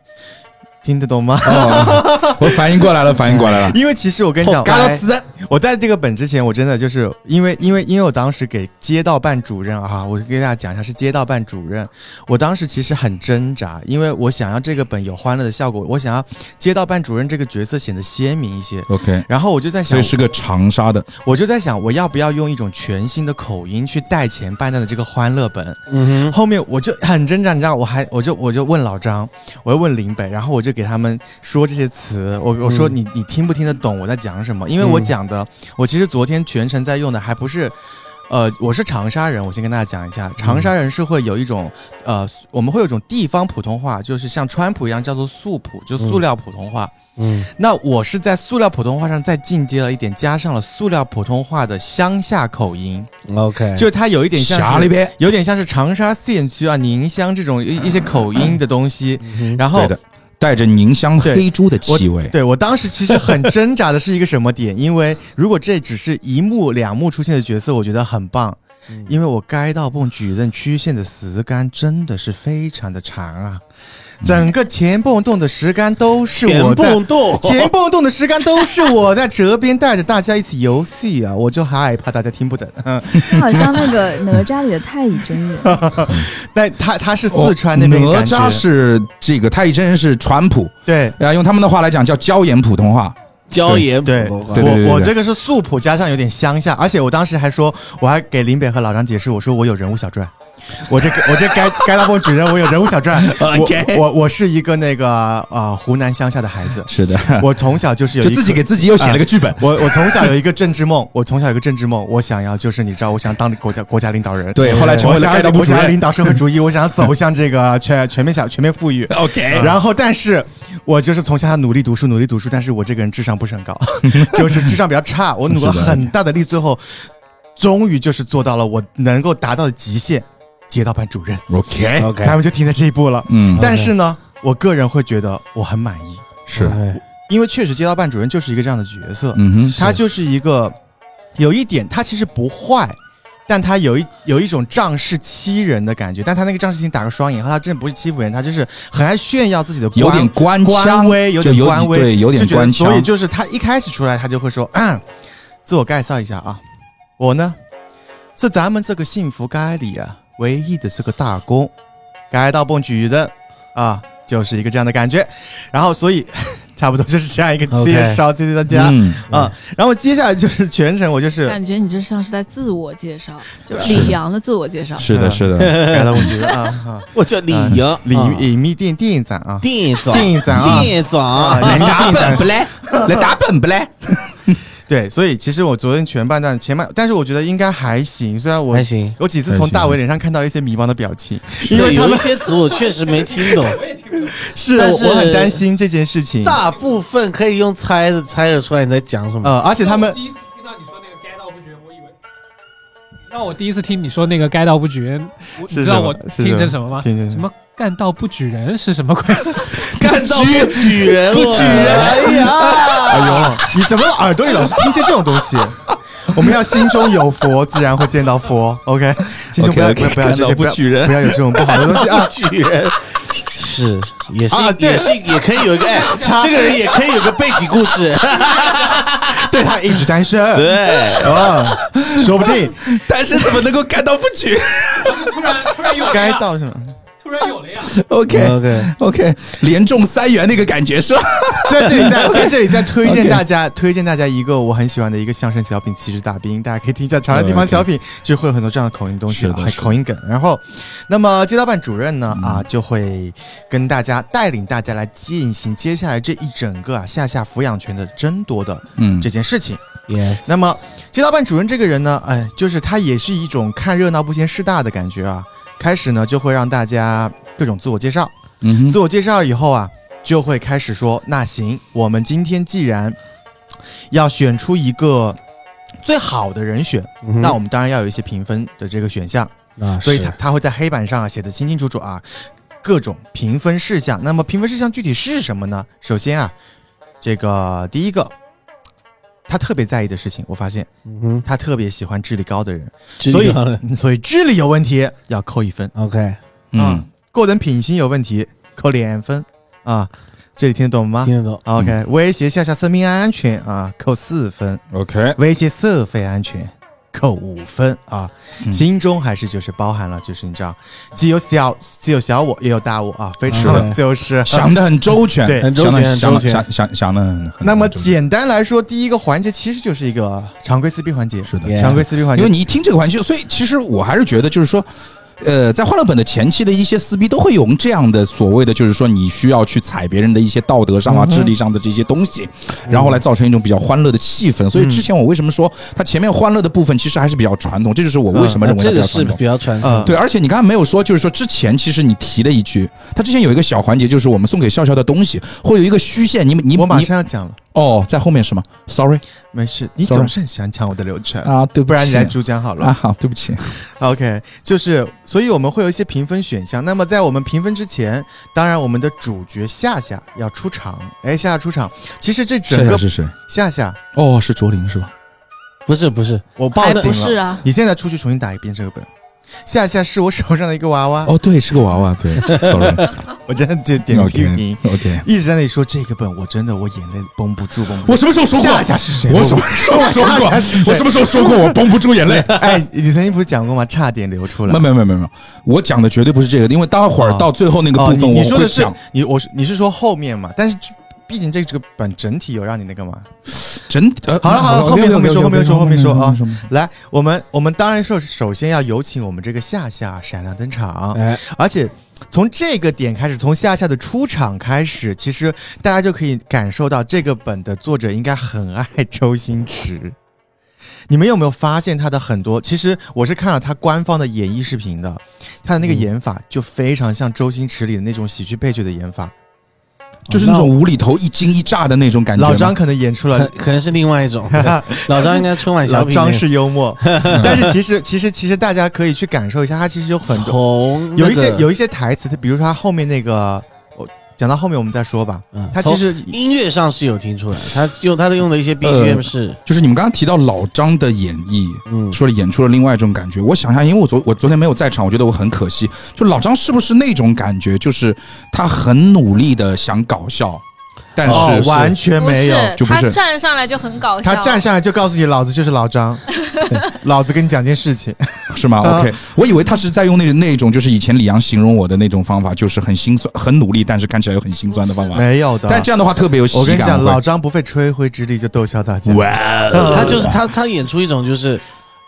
听得懂吗？，
哦 我反应过来了，反应过来了
因为其实我跟你讲，
该到
自我在这个本之前，我真的就是因为因为因为我当时给街道办主任啊，我给大家讲一下是街道办主任，我当时其实很挣扎，因为我想要这个本有欢乐的效果，我想要街道办主任这个角色显得鲜明一些。
OK，
然后我就在
所
想
以，是个长沙的，
我就在想，我要不要用一种全新的口音去带前半段的这个欢乐本？
嗯哼，
后面我就很挣扎，你知道，我还我就我就问老张，我又问林北，然后我就给他们说这些词，我我说
嗯
你、你听不听得懂我在讲什么？因为我
嗯
讲的，我其实昨天全程在用的还不是。呃，我是长沙人，我先跟大家讲一下，长沙人是会有一种呃，我们会有一种地方普通话，就是像川普一样叫做素普，就塑料普通话。
嗯，
那我是在塑料普通话上再进阶了一点，加上了塑料普通话的乡下口音，
嗯 OK，
就是它有一点
侠
像
里
是，
边，
有点像是长沙县区啊、宁乡这种一一些口音的东西。
嗯
然后
对的，带着宁乡
对
黑猪的气味。
对我当时其实很挣扎的是一个什么点？因为如果这只是一幕两幕出现的角色，我觉得很棒。因为我该到蹦举刃曲线的时间真的是非常的长啊，整个前蹦洞的时间都是
甜
我在
蹦动，
前蹦洞的时间都是我在折边带着大家一起游戏啊，我就害怕大家听不 懂。
他好像那个哪吒里的太乙真 人，
但他他是
哦
四川那边的
哪
感觉，
吒是这个太乙真人是川普，
对。
啊，用他们的话来讲叫椒盐普通话。
椒盐
对，
普
我
通话
对对对
我这个是素朴加上有点乡下，而且我当时还说，我还给林北和老张解释，我说我有人物小传，我这我这该该到我主任，我有人物小 传，我
OK
我我是一个那个呃湖南乡下的孩 子，
是的，
我从小就是有
就
一
自己
个。
给自己又写了个剧本。
我我从小有一个政治梦，我从小有一个政治梦，我想要就是你知道，我想当国家国家领导人，
对后来成
我
为了
想要
盖道部
我想
主
要
任
领导社会主义，我想要走向这个全全面小全面富裕，
OK，
哎然后，但是我就是从小他努力读书，努力读书，但是我这个人智商不是很高， 就是智商比较差。我努了很大的力，最后终于就是做到了我能够达到的极限，接到班主任，
OK，
OK，
咱们就停在这一步了。
嗯，
啊但是呢，我个人会觉得我很满意，
是，
哎
因为确实接到班主任就是一个这样的角色，
嗯哼，
他就是一个有一点，他其实不坏。但他有一有一种仗势欺人的感觉，但他那个仗势欺人打个双引号，他真的不是欺负人，他就是很爱炫耀自己的
有
官
点官
官
嗯腔，
微，有
就
点
有
官微，
对，有点
就觉得
官
所以
腔。
就是他一开始出来，他就会说，嗯，自我介绍一下啊，我呢是咱们这个幸福街里啊唯一的这个打工，街道蹦举的啊，就是一个这样的感觉。然后所以 差不多就是这样一个
OK
介绍，谢谢大家。
嗯，
啊，然后接下来就是全程我就是
感觉你这像是在自我介绍，就是李阳的自我介绍。
是的，
嗯
是的，
街道蹦举的啊 啊，
我叫李莹，
李
哦
啊
李密店店长啊，
店长，
店长啊，
店
啊
长，哎
人
打
家店
本不
长
来，来打本 不来。
对，所以其实我昨天前半段前半，但是我觉得应该还行，虽然我
还行。
有几次从大伟脸上看到一些迷茫的表情，因
对，
为他
有一
们
些词我确实没听懂，
是
但
我
是
我很担心这件事情。
大部分可以用猜的猜得出来你在讲什么。
呃，而且他们
第一次听到你说那个该道不绝，我以为。你知道我第一次听你说那个该道不举人，我
是
你知道我
什么
听成什么吗？
听成
什么干道不举人是什么鬼？
干到不举人，不举人，哎呀，
哎呦，你怎么耳朵里老是听些这种东西？我们要心中有佛，自然会见到佛。OK，心中不要
OK，OK，
不要不要
看
这
到
些
不
不要
举人
不要有这种不好的东西啊！
举 人。是，也是，
啊
也
对
是，也可以有一个，哎，这个人也可以有个背景故事，
对他一直单身，
对，
啊，说不定
但是怎么能够干到不 举
突然突然有了呀
该到什么？
突然有了呀！
？OK
OK，
OK，连中三元那个感觉是吧？
在这里 再，在这里再推
OK
荐大家，推荐大家一个我很喜欢的一个相声小品《骑士大兵》，大家可以听一下长沙地方小品，就会有很多这样的口音东西
是
了，
的
还
是的嗯
口音梗。然后，那么街道办主任呢啊，就会跟大家带领大家来进行接下来这一整个啊下下抚养权的争夺的
嗯
这件事情。
Yes，
那么街道办主任这个人呢，哎，就是他也是一种看热闹不嫌事大的感觉啊。开始呢就会让大家各种自我介绍。
嗯
自我介绍以后啊，就会开始说：“那行，我们今天既然要选出一个最好的人选，那我们当然要有一些评分的这个选项。
啊，
所以
是
他他会在黑板上啊写的清清楚楚啊，各种评分事项。那么评分事项具体是什么呢？首先啊，这个第一个。”他特别在意的事情，我发现
嗯
他特别喜欢智力高的人，
哼，
所以
好了
所以智力有问题要扣一分。
OK，
嗯，
个人品行有问题，扣两分啊。这里听得懂吗
听得懂。
嗯
？OK，、威胁下下生命安全啊，扣四分；
OK，
威胁社会安全，扣五分啊。
嗯
心中还是就是包含了，就是你知道，既有小既有小我，也有大我啊，非常
嗯
的就是。
想的很周全，
对
很周全很
想
周
的
全
想想想想的很。很
那么
周全
简单来说，第一个环节其实就是一个常规撕逼环节，
是的
Yeah
啊
常规撕逼环节，
因为你一听这个环节，所以其实我还是觉得，就是说，呃，在《欢乐本》的前期的一些撕逼都会用这样的所谓的，就是说你需要去踩别人的一些道德上啊、智力上的这些东西，然后来造成一种比较欢乐的气氛。所以之前我为什么说它前面欢乐的部分其实还是比较传统，这就是我为什么认为它
啊这
比较
个是
传统
比。较传统？
嗯，
对，而且你刚才没有说，就是说之前其实你提了一句，他之前有一个小环节，就是我们送给笑笑的东西会有一个虚线，你你
我马
你
上要讲了，
哦，在后面是吗？Sorry
没事，你
Sorry
总是很喜欢抢我的流程，
啊，对
不然你来
主
主讲好了
啊，。好，对不起，
OK，就是，所以我们会有一些评分选项。那么在我们评分之前，当然我们的主角夏夏要出场。哎，夏夏出场，其实这整 个
是谁？
夏夏，
哦，是卓林是吧？
不是不是，
我报
还
警
不是
了。
啊，
你现在出去重新打一遍这个本。夏夏是我手上的一个娃娃，
哦，对，是个娃娃，对 ，sorry，OK，
我真的就点评你，
OK，
一直在那里说这个本，我真的我眼泪绷不住，绷不住。
我什么时候说过？
夏夏是谁？
我什么时候说过？
夏夏是谁
我什么时候说过我绷不住眼 泪？
哎，你曾经不是讲过吗？差点流出来
没。没没没没，我讲的绝对不是这个，因为待会儿
哦
到最后那个
哦，
部
你
分我
你说
会
的是
讲，
你我是你是说后面嘛？但是这毕竟这这个本整体有让你那个嘛。
整呃
好了好了后面
没有
后面说
没有没有
后面说
没有
后面
没有没有没有没有
来，我们我们当然说，首先要有请我们这个夏夏闪亮登场，
嗯
哎，
而且从这个点开始，从夏夏的出场开始，其实大家就可以感受到这个本的作者应该很爱周星驰。你们有没有发现他的很多？其实我是看了他官方的演绎视频的，他的那个演法就非常像周星驰里的那种喜剧配角的演法。
就是那种无厘头一惊一乍的那种感觉吗。
老张可能演出
可
了，
可能是另外一种。对老张应该春晚小
呃老
品。
张是幽默，但是其实其实其实大家可以去感受一下，他其实有很多
从
嗯有一些有一些台词，它比如说他后面那个，我讲到后面我们再说吧。他其
实
实
嗯音乐上是有听出来，他用他的用的一些 BGM 是
就是你们刚刚提到老张的演绎，
嗯
说演出了另外一种感觉。我想一下，因为我昨我昨天没有在场，我觉得我很可惜。就老张是不是那种感觉？就是他很努力的想搞笑，但是、
哦完全没有，
就不
他
是
站上来就很搞笑，
他站上来就告诉你老子就是老 张，老子跟你讲件事情。
是吗
啊
？OK，、我以为他是在用那那种就是以前李阳形容我的那种方法，就是很心酸、很努力，但是看起来又很心酸的方法。
没有的，
但这样的话特别有喜感。
我跟你讲，
会
老张不费吹灰之力就逗笑大家。
哇
呃
他就是他他演出一种就是，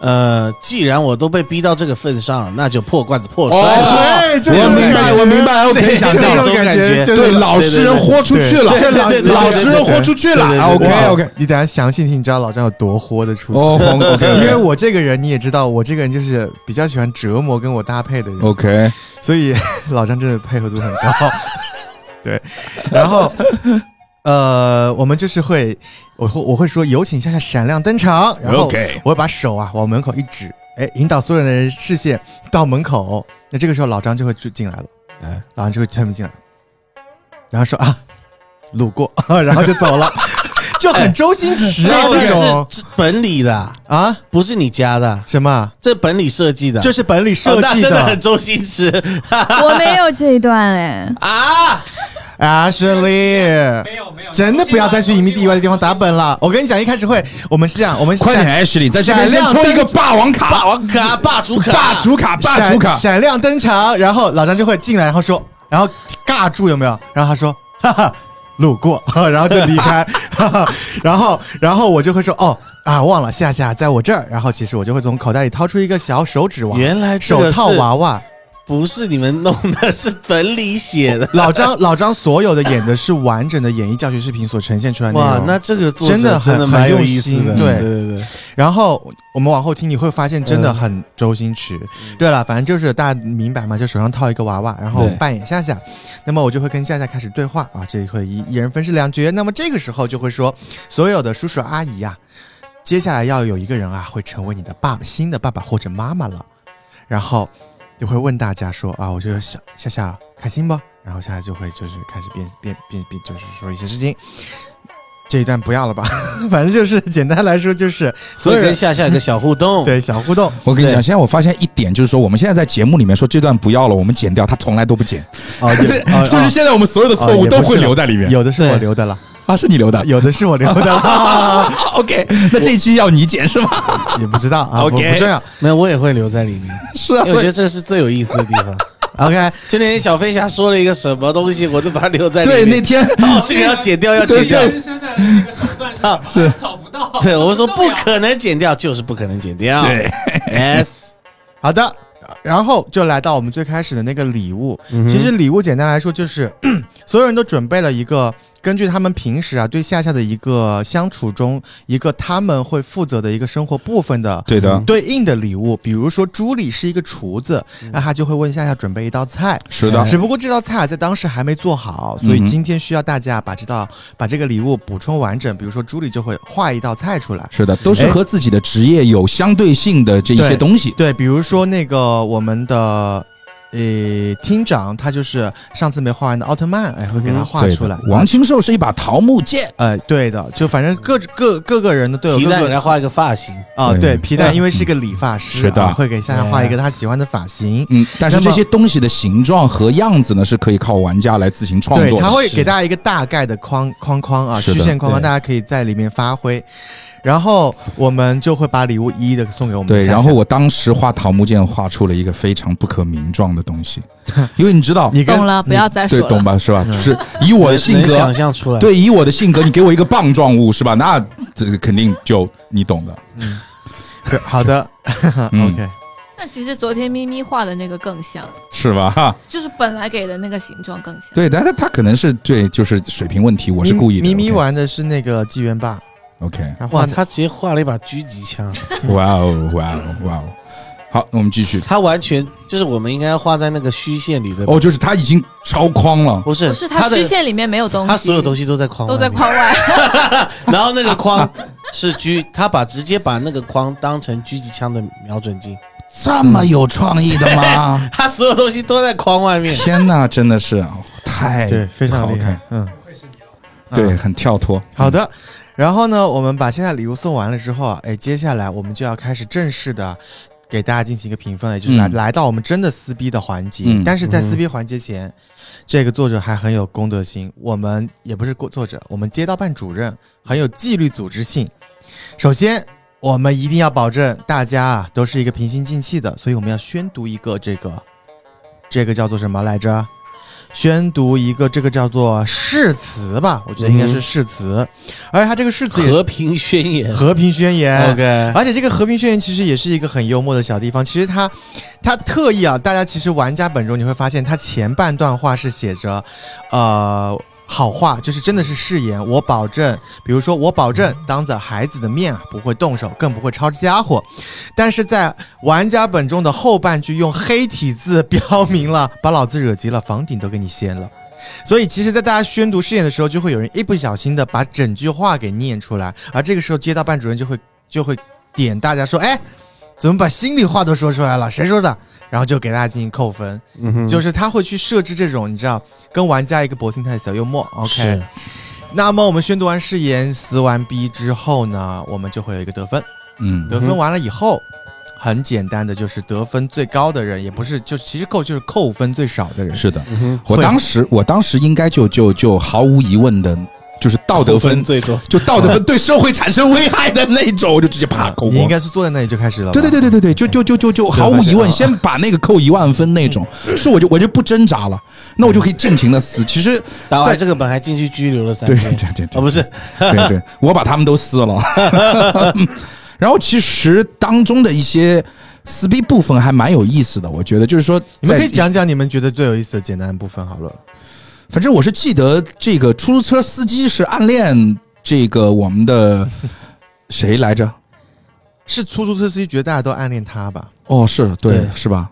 呃，既然我都被逼到这个份上了，那就破罐子破摔了。
对，就是
我明白，我明白，我可以想
这
象。
种感觉，就是
对，老实人豁出去了，
对对对对对
老实人豁出去了。
对对对对
OK
哇
OK，
你等一下详细听，你知道老张有多豁得出去。
哦红，OK，
因为我这个人你也知道，我这个人就是比较喜欢折磨跟我搭配的人。
OK，
所以 老张真的配合度很高。 对，然后呃，我们就是会，我会我会说有请夏夏闪亮登场，然后
OK
我会把手啊往门口一指，哎，引导所有人的视线到门口。那这个时候老张就会就进来了，
哎
老张就会推门进来，然后说啊，路过， 然后就走了，就很周星驰啊
这
这
个
种
是本里的，
啊
不是你加的，
什么啊，
这本里设计的。
这是本里
哦
设
那
计
真的很周星驰
我没有这一段哎，
啊！
Ashley。
没有没有，
真的不要再去隐秘地外的地方打本了。我跟你讲，一开始会，我们是这样，我们
快点
闪
，Ashley，在这边先
闪亮
抽一个
登
霸王卡，
霸王卡、霸主啊卡、
霸主卡，霸主卡
闪，闪亮登场，然后老张就会进来，然后说，然后尬住有没有？然后他说，哈哈，路过， 然后就离开， 哈哈然后然后我就会说，哦啊，忘了夏夏在我这儿，然后其实我就会从口袋里掏出一个小手指娃。
原来这
啊手
个
套
是
娃娃，
不是你们弄的，是本里写的。
老张老张所有的演的是完整的演绎教学视频所呈现出来的内容。
哇，那这个作者
真的很
真的蛮
很
有
用
意思
心
的。
对
对对对，
然后我们往后听，你会发现真的很周星驰。对了，反正就是大家明白嘛，就手上套一个娃娃，然后
对
扮演夏夏。那么我就会跟夏夏开始对话啊，这里会一一人分饰两角。那么这个时候就会说，所有的叔叔阿姨呀、接下来要有一个人啊，会成为你的爸新的爸爸或者妈妈了。然后就会问大家说啊，我觉得夏夏夏开心不？然后夏夏就会就是开始变变变变，就是说一些事情。这一段不要了吧，反正就是简单来说就是
所以
人
跟夏夏有个小互动。
对，小互动。
我跟你讲，
对
现在我发现一点就是说，我们现在在节目里面说这段不要了，我们剪掉，他从来都不 剪，啊
哦，也哦
所以现在我们所有的错
哦
误
也不
都
是
会
了
留在里面。
有的是我
对
留的了，
啊，是你留的
有的是我留的了，
，OK，那这一期要你剪是吗？
也不知道啊，不
OK
不重要。
没有，我也会留在里面，
是啊
因为我觉得这是最有意思的地方。
OK，
就那天小飞侠说了一个什么东西，我就把它留在里
对，
面。
那天
哦，这个要剪掉，要
对
剪掉。
对
人生的那个手段是什么
是
找不到。
对，我们说
找
不
了
可能剪掉，就是不可能剪掉。
对
，yes，
好的。然后就来到我们最开始的那个礼物，
嗯哼
其实礼物简单来说就是， 所有人都准备了一个根据他们平时啊对夏夏的一个相处中一个他们会负责的一个生活部分的
对的，
对应的礼物。比如说朱莉是一个厨子，那她就会问夏夏准备一道菜，
嗯是的，
只不过这道菜啊在当时还没做好，所以
嗯哼
今天需要大家把这道把这个礼物补充完整。比如说朱莉就会画一道菜出来。
是的，都是
哎
和自己的职业有相对性的这一些
对
东西。
对，比如说那个我们的。呃，厅长他就是上次没画完的奥特曼，哎，会给他画
嗯对的
出来。
王清寿是一把桃木剑，
哎，对的，就反正各各各个人的都有
皮
各
蛋给
个
他画一个发型，
啊，对
嗯
皮蛋，因为是个理发师，
是的
啊会给夏夏画一个他喜欢的发型。
嗯，但是
那么
这些东西的形状和样子呢，是可以靠玩家来自行创
对
作，的。
他会
是
给大家一个大概的框框框啊，
是
虚
的
线框框，
对
大家可以在里面发挥。然后我们就会把礼物一一的送给我们的
对，
夏夏。
然后我当时画桃木剑，画出了一个非常不可名状的东西，因为你知道，
你跟
懂了，不要再说
对，
了。
懂吧？是吧？
嗯
就是以我的性
能
格
想，象出来。，
对，以我的性格，你给我一个棒状物，是吧？那这个肯定就你懂的。
对好的
嗯
，OK，
但其实昨天咪咪画的那个更像，
是吧？哈，
就是本来给的那个形状更像。
对，但是他可能是对，就是水平问题，我是故意的。
咪咪玩的是那个纪元霸，
，OK，
他画
哇，
的
他直接画了一把狙击枪，
哇哦，哇哦，哇哦，好，那我们继续。
他完全就是我们应该画在那个虚线里的。
哦，就是他已经超框了，
不是，
不是它
的
虚线里面没有东西，
他所有东西都在框
都在
外面
框外。哦
然后那个框 是狙，他把直接把那个框当成狙击枪的瞄准镜，？
这
嗯
么有创意的吗
他所有东西都在框外面。
天哪，真的是哦太
对非常厉害
OK，，
嗯，
对，
哦
嗯
很跳脱。
好的，然后呢，我们把现在礼物送完了之后啊，哎，接下来我们就要开始正式的给大家进行一个评分了，也就是来、
嗯
来到我们真的撕逼的环节。
嗯
但是在
嗯
撕逼环节前，这个作者还很有公德心，我们也不是过作者，我们街道办主任很有纪律组织性。首先。我们一定要保证大家啊都是一个平心静气的，所以我们要宣读一个这个，这个叫做什么来着？宣读一个这个叫做誓词吧，我觉得应该
嗯
是
哼
誓词，而且它这个誓词也是
和平宣 言啊
和平宣言。
，OK，
而且这个和平宣言其实也是一个很幽默的小地方。其实它，它特意啊，大家其实玩家本中你会发现，它前半段话是写着，呃，好话，就是真的是誓言，我保证，比如说我保证当着孩子的面啊不会动手，更不会抄家伙。但是在玩家本中的后半句用黑体字标明了，把老子惹急了，房顶都给你掀了。所以，其实，在大家宣读誓言的时候，就会有人一不小心的把整句话给念出来，而这个时候，街道办主任就会就会点大家说：“哎，怎么把心里话都说出来了？谁说的？”然后就给大家进行扣分，就是他会去设置这种你知道跟玩家一个博心态的小幽默。OK，
是
那么我们宣读完誓言、撕完逼之后呢，我们就会有一个得分。
嗯，
得分完了以后，很简单的就是得分最高的人，也不是就其实扣就是扣分最少的人。
是的，
哼
我当时我当时应该就就就毫无疑问的，就是道德
扣
分
分，最多。
就道德分对社会产生危害的那种，我就直接啪扣
你应
光。
该是坐在那里就开始了吧。
对对对对对对，就就就就就毫无疑问，先把那个扣一万分那种，是我就我就不挣扎了，那我就可
嗯
以尽情的撕。其实，
打
在
完这个本还进去拘留了三
对
天，
对对对
哦
啊，不是，
对对，我把他们都撕 了。然后其实当中的一些撕逼部分还蛮有意思的，我觉得就是说，
你们可以
在，
讲讲你们觉得最有意思的简单的部分好了。
反正我是记得这个出租车司机是暗恋这个我们的谁来着？
是出租车司机觉得大家都暗恋他吧？
哦，是对
对
是吧？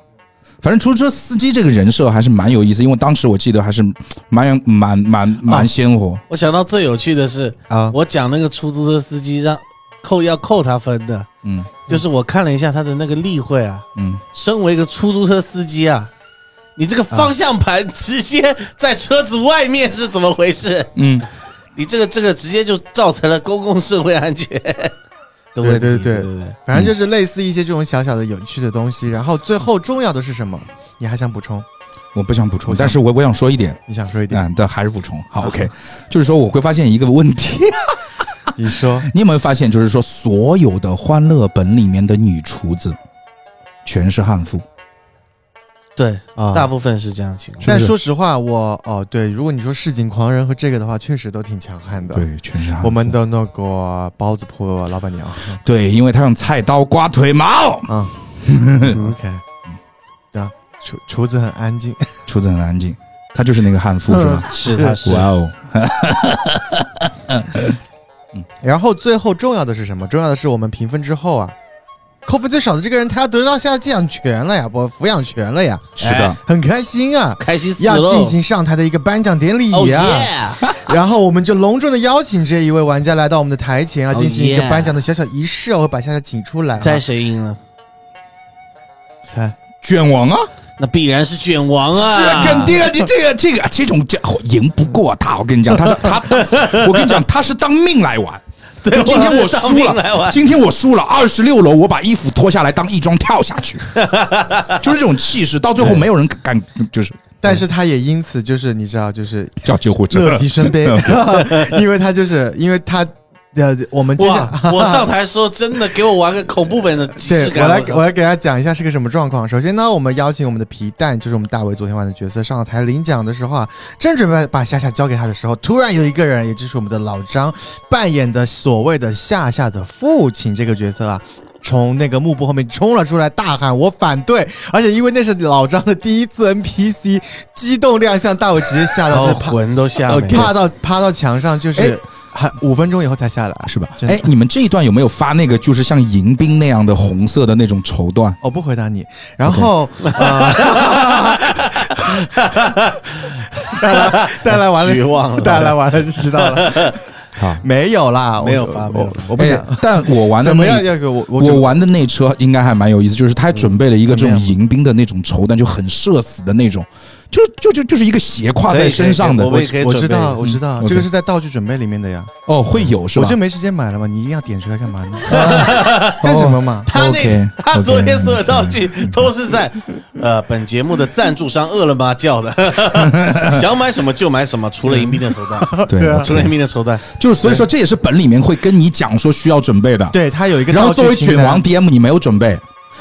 反正出租车司机这个人设还是蛮有意思，因为当时我记得还是蛮蛮蛮蛮鲜活。
我想到最有趣的是，
啊，
我讲那个出租车司机让扣要扣他分的，
嗯
就是我看了一下他的那个例会啊，
嗯，
身为一个出租车司机啊，你这个方向盘直接在车子外面是怎么回事？
嗯，
你这个这个直接就造成了公共社会 安全的问题。
对对对
对对，
反正就是类似一些这种小小的有趣的东西。然后最后重要的是什么？你还想补充？
我不想补充，
我想
但是我我想说一点，
你想说一
啊
点？
嗯，但还是补充。好
好
，OK，就是说我会发现一个问题，
你说，
你有没有发现，就是说所有的《欢乐本》里面的女厨子全是悍妇，
对，
啊
大部分是这样的情况。
但
是
说实话，我哦对，如果你说市井狂人和这个的话，确实都挺强悍的。，
对，全
啊
是悍妇。
我们的那个包子铺 老板娘。
对，因为她用菜刀刮腿毛。
嗯，OK，厨厨子很安静，
厨子很安静，他就是那个悍妇是吧？
是他嗯是哎
哇哦，
然后最后重要的是什么？重要的是我们评分之后啊，扣分最少的这个人他要得到下寄养权了呀，不抚养权了呀，
是的
哎，
很开心啊！
开心死了。
要进行上台的一个颁奖典礼
哦耶
啊
呀、 然后我们就隆重的邀请这一位玩家来到我们的台前啊，
Oh
进行一个
yeah
颁奖的小小仪式、哦，我会把夏夏请出来、啊。
猜谁赢了？
猜
卷王啊，
那必然是卷王啊！
是啊肯定啊，你这个这个这种这赢不过他，我跟你讲，他是他，我跟你讲，他是当命来玩。
对，
今天我
是当
输
兵来
了，
玩
今天我输了，二十六楼我把衣服脱下来当义庄跳下 去，就是这种气势，到最后没有人敢，就是
但是他也因此就是你知道就是
叫救护车
乐。极 生悲， 因为他就是因为他呃，我们接下
哇！我上台的时候真的给我玩个恐怖本的即
对
视
我
感，
来
我
我来给大家讲一下是个什么状况。首先呢，我们邀请我们的皮蛋，就是我们大伟昨天玩的角色上台领奖的时候啊，正准备把夏夏交给他的时候，突然有一个人，也就是我们的老张扮演的所谓的夏夏的父亲这个角色啊。从那个幕布后面冲了出来，大喊：“我反对！”而且因为那是老张的第一次 NPC，激动亮相，大伟直接吓到
哦
就趴
魂都
呃
吓没哎
趴
了。
到趴到墙上，就是还五分钟以后才下来，
是吧？
真的
哎，你们这一段有没有发那个就是像迎宾那样的红色的那种绸缎？
我哦不回答你。然后呃 带来带来完了，
绝望 了
带来完了就知道了。
好，
没有啦，
没有
我
发没有
我我不想
哎。但我玩的
怎么
那
样？要给我我
我玩的那车应该还蛮有意思，就是他还准备了一个这
怎么
种
样
迎宾的那种绸缎，就很社死的那种，就就就就是一个斜挎在身上的
可以可以我们也可以
我知
准备
道我知道
嗯，
这个
OK
是在道具准备里面的呀。
哦，会有是
我
吧
就？没时间买了嘛，你一定要点出来干嘛 呢？干什么嘛？
他那
OK，
他
OK，嗯
昨天所有道具都是在呃本节目的赞助商饿了么叫的， 想买什么就买什么，除了迎宾的绸缎，
对，
啊
我
除了迎宾的绸缎，
就是所以说这也是本里面会跟你讲说需要准备的。，
对他有一个
然后
道
作为
具清
卷
单
王，DM 你没有准备，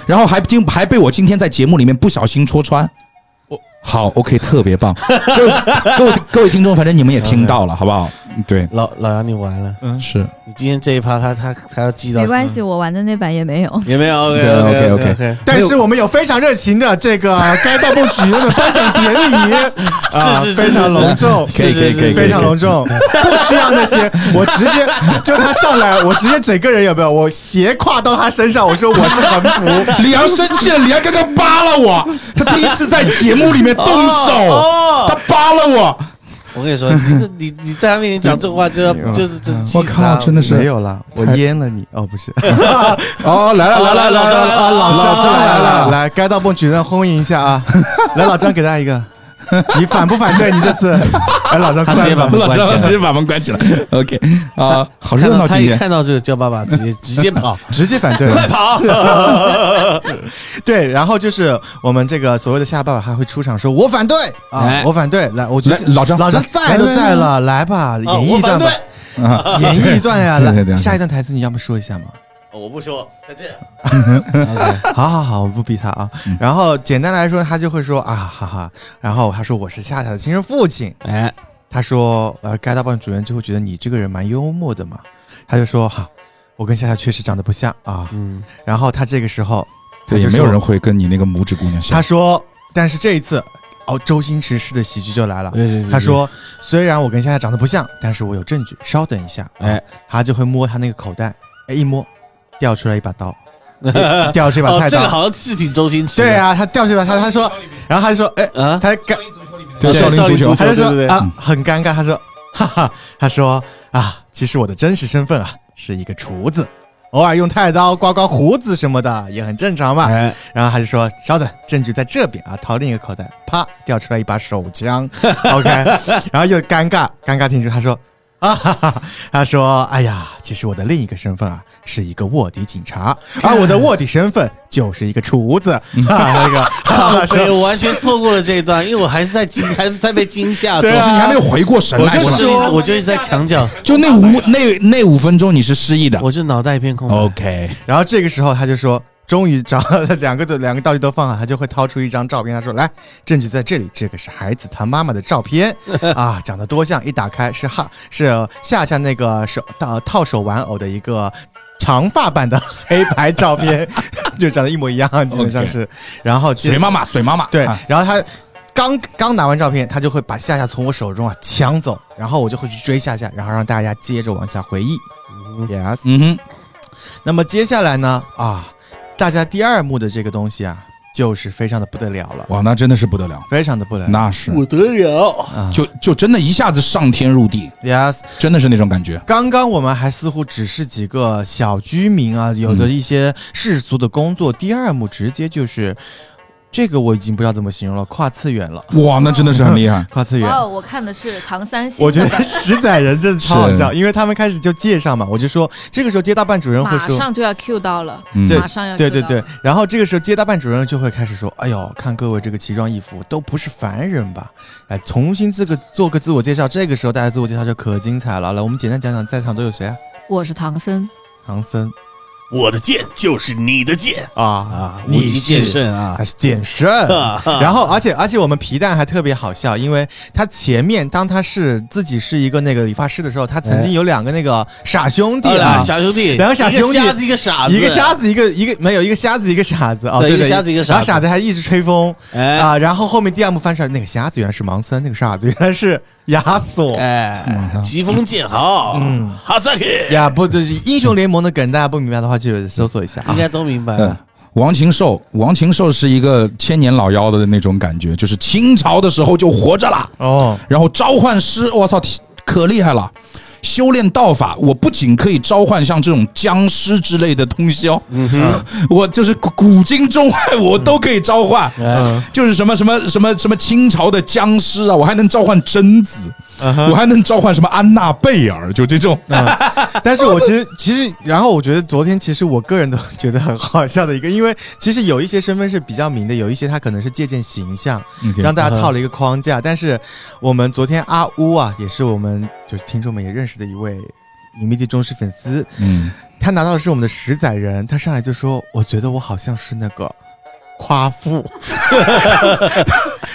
然后还今还被我今天在节目里面不小心戳穿。好，OK，特别棒，各位各位各位听众，反正你们也听到了，好不好？对，
老老杨你完了，
嗯
是
你今天这一趴他他他要记到嗯
没关系，我玩的那版也没有。
有没有？OK
对
OK
OK，OK
OK，
但是我们有非常热情的这个该道不举的颁奖典礼，啊
是是是
非常隆重，
可以可以可以可以
非常隆重，不需要那些，我直接就他上来，我直接整个人有没有？我斜挎到他身上，我说我是横幅，
李阳生气了，李阳刚刚扒拉我，他第一次在节目里面动手，
哦
他扒拉我，
我跟你说，你这你你在他面前讲这话，就要就是这
嗯我靠，真的是
没有啦，我淹了你哦，不是，
哦，来了来了来了
啊老张
张来
来
了，
了，
来该道不举让欢迎一下啊，来老张给大家一个，你反不反对？你这次，来老张
直
快
接把
吧
门。
哎老张直接把门关起来，OK 啊， 好
看
热
到
闹
他
今
一
天。
看到这个叫爸爸，直接直接 跑，
直接反对，
快跑！
对，然后就是我们这个所谓的夏爸爸，他会出场说：“我反对啊
哎，
我反对。”来，我觉
来
得
老张
老张
来
在都
来来啊
在了，来吧，演
啊
绎
我
一
反
段
对
吧，，演绎一段呀。
对对对
来，
对
下一段台词你要不说一下吗？
哦我不说，再见。
好好好，我不逼他啊。
嗯
然后简单来说，他就会说啊，哈哈。然后他说我是夏夏的亲生父亲。
哎，
他说，呃，该大棒主人就会觉得你这个人蛮幽默的嘛。他就说哈、我跟夏夏确实长得不像啊。
嗯，
然后他这个时候，他
对，
就
也没有
说
人会跟你那个拇指姑娘
他
像。
说，但是这一次，哦，周星驰式的喜剧就来了。
哎对对对
他， 说：“虽然我跟夏夏长得不像，但是我有证据，稍等一下。”哎
哎，
他就会摸他那个口袋，哎，一摸，掉出来一把 刀，掉出一把
哦，
菜
这个
刀。
好像是挺周星驰。
对，啊，他掉出一把菜，他说，然后他就说：“哎，
啊，
他尴，
对
对
少林足球
他就
对
说
对对
啊，很尴尬。”他说：“哈哈，他说啊，其实我的真实身份啊，是一个厨子。”偶尔用菜刀刮刮胡子什么的也很正常嘛。
哎，
然后他就说：“稍等，证据在这边啊！”掏另一个口袋，啪掉出来一把手枪。OK，然后又尴尬，尴尬停住。他说：“啊，哈哈，他说，哎呀，其实我的另一个身份啊，是一个卧底警察，而我的卧底身份就是一个厨子。”啊哈，那个，哈
对，
哈，啊说
啊哎我完全错过了这一段，因为我还是在惊，还在被惊吓中
对。
就是
啊
你还没有回过神
我
来
就
过来
是，一直我就一直在墙角，
就那五那那五分钟你是失忆的。
我就脑袋一片空白。
哦
OK，
然后这个时候他就说。终于找到了两个的两个道具都放好，他就会掏出一张照片，他说：“来，证据在这里，这个是孩子他妈妈的照 片啊，长得多像！一打开是哈是夏夏那个手套套手玩偶的一个长发版的黑白照片， 就长得一模一样，基本上是。然后接
水妈妈，水妈妈，
对
啊，
然后他刚刚拿完照片，他就会把夏夏从我手中啊抢走，然后我就会去追夏夏，然后让大家接着往下回忆。Yes，、
嗯哼，
那么接下来呢啊，大家第二幕的这个东西啊，就是非常的不得了了，
哇，那真的是不得了，
非常的不得了。
那是
不得了，
啊
就就真的一下子上天入地，
Yes，
真的是那种感觉。
刚刚我们还似乎只是几个小居民啊，有的一些世俗的工作。第二幕直接就是，这个我已经不知道怎么形容了，跨次元了，。
哇，那真的是很厉害
跨次元。
哦
哇，我看的是唐三系，
我觉 得十载人真的超好笑，因为他们开始就介绍嘛，我就说这个时候街道办主任会
马
说，
上就要 Q 到了，
嗯
马上
啊
要 Q
对对
到
对
了，，
然后这个时候街道办主任就会开始说，哎呦，看各位这个奇装异服都不是凡人吧？哎，重新这个做个自我介绍，这个时候大家自我介绍就可精彩了。来，我们简单讲讲在场都有谁啊？
我是唐僧，
唐僧
我的剑就是你的剑
啊
啊
啊，
无极剑圣啊
还，是健身。 然后，而且而且我们皮蛋还特别好笑，因为他前面当他是自己是一个那个理发师的时候，他曾经有两个那个傻兄 弟
啊
啊
俩，小兄弟，
两个傻兄弟
一个瞎子，一个傻子，
一个瞎子，一个一个没有一个瞎子，一个傻子啊，
对
对
一个瞎子一个傻子
然后傻子还一直吹风
哎
啊，然后后面第二幕翻出来，那个瞎子原来是盲僧，那个傻子原来是亚索。
哎，疾风剑豪，嗯，哈萨克，
嗯呀，不对，英雄联盟的梗，大家不明白的话去搜索一下啊
应。该都明白
嗯
了。，
王禽兽，王禽兽是一个千年老妖的那种感觉，就是清朝的时候就活着了。
哦，
然后召唤师，我操，可厉害了！修炼道法，我不仅可以召唤像这种僵尸之类的通宵，
嗯
我就是古古今中外我都可以召唤，
哎
嗯
就是什么什么什么什么清朝的僵尸啊，我还能召唤贞子，
嗯哼嗯
我还能召唤什么安娜贝尔，就这种。
但是我其实其实，然后我觉得昨天其实我个人都觉得很好笑的一个，因为其实有一些身份是比较明的，有一些他可能是借鉴形象，让大家套了一个框架。但是我们昨天阿乌啊，也是我们就是听众们也认识的一位隐秘的忠实粉丝，
嗯，
他拿到的是我们的十载人，他上来就说：“我觉得我好像是那个夸 父。”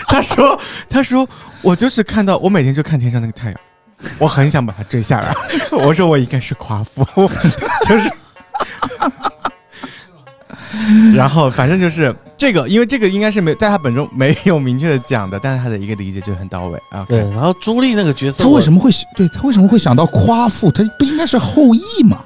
他说：“他说我就是看到我每天就看天上那个太阳，我很想把它追下来。 我说我应该是夸父， 就是。” 然后反正就是这个，因为这个应该是没在他本中没有明确的讲的，但是他的一个理解就很到位啊。
对，然后朱莉那个角色，
他为什
么？
么会对他为什么会想到夸父？他不应该是后羿吗？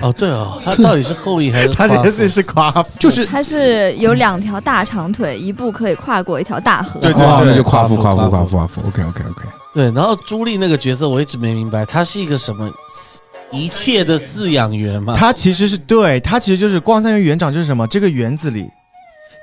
哦，对哦，他到底是后羿还是
他觉
夸
得
父
自己是夸父，
就是
它是有两条大长腿，一步可以跨过一条大河。
对对
哦，那
对
就夸父，
夸
夸
父
父，夸父，夸父。OK OK OK。
对，然后朱莉那个角色，我一直没明白，她是一个什么一切的饲养员嘛？
它其实是对，它其实就是逛三园园长就是什么？这个园子里，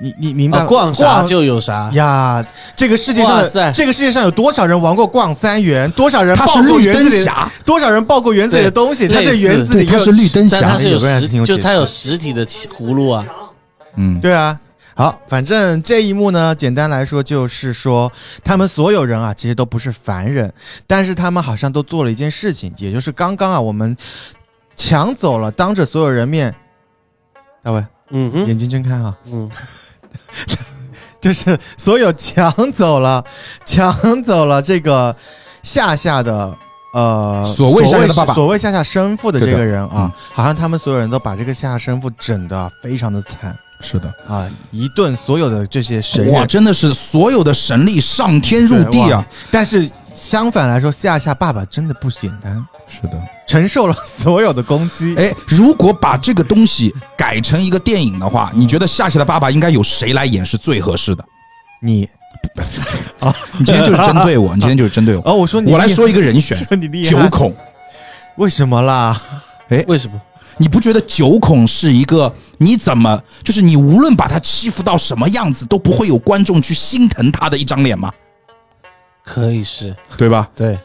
你你明白、
啊逛啥就有啥，
呀？这个世界上
哇塞
的这个世界上有多少人玩过逛三园？多少人
他
抱
是
过
绿
园
灯
子里的？
侠，
多少人抱过园子里的
对
东西？
类
它这园
似
子里
他
又
是绿灯
但
侠
它。是有
有个人
实，
挺有
就
解
它
释
有实体的葫芦啊，
嗯，
对啊。好，反正这一幕呢，简单来说就是说，他们所有人啊，其实都不是凡人，但是他们好像都做了一件事情，也就是刚刚啊，我们抢走了，当着所有人面，大卫
嗯哼，
眼睛睁开啊，
嗯，
就是所有抢走了，抢走了这个夏夏的呃
所谓夏夏的爸爸
所谓夏夏生父的这个人
对的嗯
啊，好像他们所有人都把这个夏夏生父整的非常的惨
是的，
啊，一顿所有的这些神
哇，
人
真的是所有的神力上天入地啊！！
但是相反来说，夏夏爸爸真的不简单，
是的，
承受了 所有的攻击。
哎，如果把这个东西改成一个电影的话，你觉得夏夏的爸爸应该由谁来演是最合适的？
你
你今天就是针对 我，你今天就是针对我，
哦，我说你
我来
厉害
说一个人选，
说你厉
九
害，
孔。
为什么啦？
为什么？
你不觉得九孔是一个你怎么就是你无论把他欺负到什么样子都不会有观众去心疼他的一张脸吗？
可以是，
对吧？
对，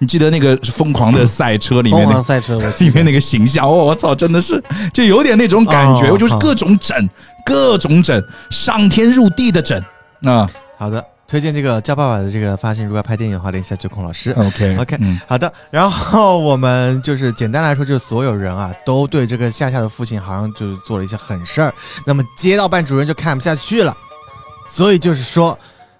你记得那个疯狂的赛车里面
疯
那个
狂赛车， 我
里面那个形象，哦我操，真的是就有点那种感
哦
觉，我就是各种整，各种整，上天入地的整啊。
好的，推荐这个叫爸爸的这个发型，如果要拍电影的话，联系一下九孔老师。
OK
OK
嗯，
好的，然后我们就是简单来说，就是所有人啊，都对这个夏夏的父亲好像就是做了一些狠事儿。那么街道办主任就看不下去了，所以就是说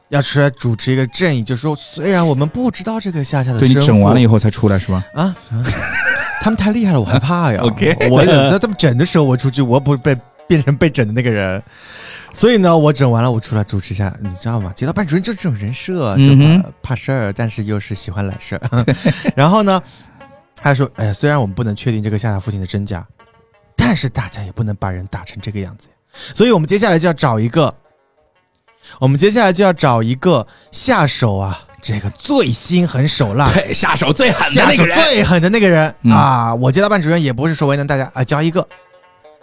要出来主持一个正义，就是说虽然我们不知道这个夏夏的
对你
身
整完
份
了以后才出来是吧？
啊，啊他们太厉害了，我害怕呀。
OK
我有在他们整的时候，我出去，我不被变成被整的那个人。所以呢，我整完了，我出来主持一下，你知道吗？街道办主任就是这种人设，就怕、
嗯哼
呃怕事儿，但是又是喜欢揽事儿。 然后呢，他说：“哎呀，虽然我们不能确定这个夏夏父亲的真假，但是大家也不能把人打成这个样子呀。所以我们接下来就要找一个，我们接下来就要找一个下手啊，这个最心狠手辣。”
对，下手最狠的
下
那
手
个人，
最狠的那个人、
嗯
啊！我街道办主任也不是说为难大家啊，交一个，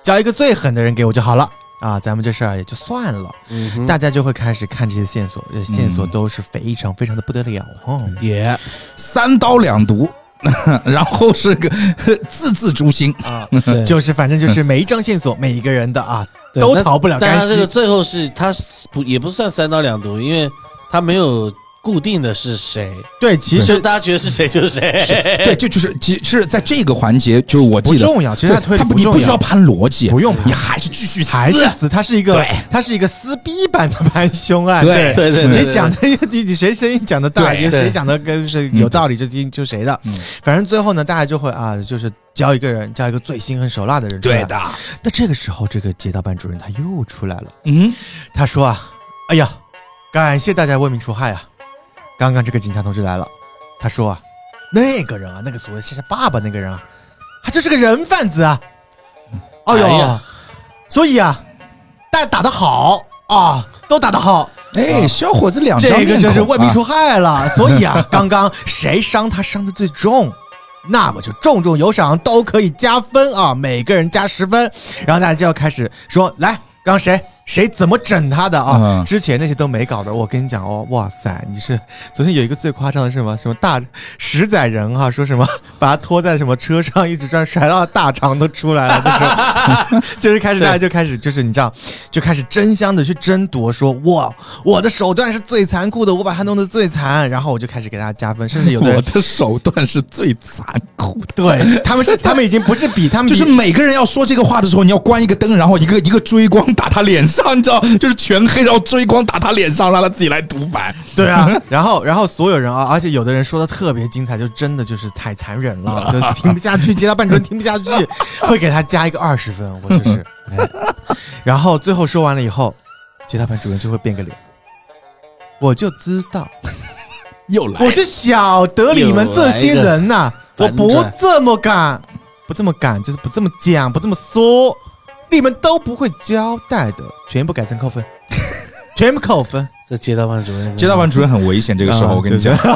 交一个最狠的人给我就好了啊，咱们这事儿也就算了。
嗯哼
大家就会开始看这些线索，呃线索都是非常非常的不得了哦。
也
三刀两毒， 然后是个 字字诛心，
啊，
对
就是反正就是每一张线索，每一个人的啊，
对
都
但
逃不了
但
干
他这个
系。
最后是他是不也不算三刀两毒，因为他没有固定的是谁，
对，其
就
实
大家觉得是谁就是谁。
对，就就是其实在这个环节，就是我
不
记得，
重要，其实
对
他推理
他不
不
你
重
不需要
要，
盘逻辑，
不用盘
你还是继续撕哎
还是啊死，他是一个
对
他是一个撕逼版的盘凶案。
对
对对对，
你讲的 你你谁声音讲的大，
对
也谁
对
讲的跟是有道理就听就谁的
嗯，
反正最后呢，大家就会啊，就是交一个人，交一个最心狠手辣的人出来。
对。的，
那这个时候，这个街道办主任他又出来了，
嗯，
他说啊，哎呀，感谢大家为民除害啊！刚刚这个警察同志来了，他说啊，那个人啊，那个所谓夏夏爸爸那个人啊，他就是个人贩子啊！哎呦，
哎呀
所以啊，大家打得好啊，都打得好，
哎，小伙子两张
啊这
面
个
孔
就是为民
啊
除害了。所以啊，刚刚谁伤他伤的最重，那么就重重有赏，都可以加分啊，每个人加十分。然后大家就要开始说，来，刚刚谁谁怎么整他的啊？
嗯
之前那些都没搞的，我跟你讲哦，哇塞，你是昨天有一个最夸张的是什么？什么大十载人哈、说什么把他拖在什么车上，一直这样甩到大肠都出来了， 就是就是开始大家就开始就是你知道，就开始争相的去争夺说，哇，我的手段是最残酷的，我把他弄得最惨，然后我就开始给大家加分，甚至有的
我
人
的手段是最残酷的。
对他们是他们已经不是比他们
就
比
是每个人要说这个话的时候，你要关一个灯，然后一个一个追光打他脸上，你知道，就是全黑，然后追光打他脸上，让他自己来独白。
对啊， 然后然后所有人啊，而且有的人说的特别精彩，就真的就是太残忍 了，就听不下去，接到半钟听不下去，会给他加一个二十分，我 就是。哎然后最后说完了以后，接到班主任就会变个脸，我就知道，
又来，
我就晓得你们这些人呐、
又
我
来一个反转
不这么干，不这么干，就是不这么讲，不这么说，你们都不会交代的，全部改成 扣分，全部扣分。
这街道办主任，
街道办主任很危险，这个时候、
啊
我跟你讲，
就是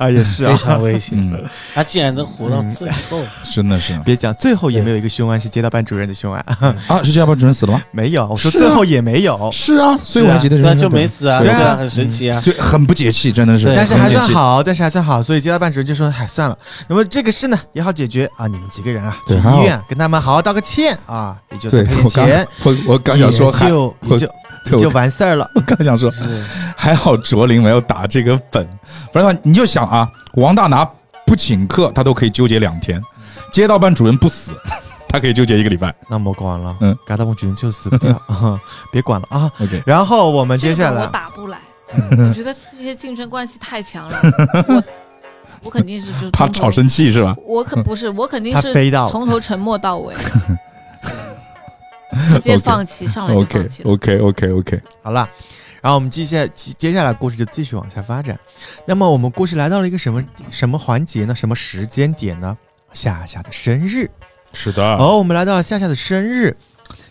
啊，也是啊
非。常危险，
嗯，
他竟然能活到最后，
真的是
别讲，最后也没有一个凶案是街道办主任的凶案，
啊，是街道办主任死了吗？
没有。我说
是啊
最后也没有，
是啊，所以我还觉得
对
人
啊，就没死啊，
对
对
啊
啊，很神奇啊。
就很不解气，真的是，
对
但是还算
很不解气。
好，但是还算好。所以街道办主任就说：“哎，算了，那么这个事呢也好解决啊，你们几个人啊去
对还好
医院跟他们好好道个歉啊，也就
对
再赔点
我刚
钱，
我我刚想说，
也
还
就
我
也就
对
也就
我
完事儿 了。
我刚想说，
是
还好卓林没有打这个本，不然的话你就想啊，王大拿不请客，他都可以纠结两天；街道办主任不死， 他可以纠结一个礼拜。”
那莫管了，
嗯，
街道办主任就死不掉， 啊别管了啊。
OK，
然后我们
这
接
个
下
我
来嗯
打不来，我觉得这些竞争关系太 强了，我我肯定是就是
怕
从头
吵生气是吧？
我可 不是，我肯定
他
是
飞到
从头沉默 到尾，直接
OK
放弃，上
嗯
来就
OK
放弃了。
OK OK OK，
好了，然后我们接下接接下来故事就继续往下发展。那么我们故事来到了一个什么什么环节呢？什么时间点呢？夏夏的生日。
是的
哦，我们来到了夏夏的生日。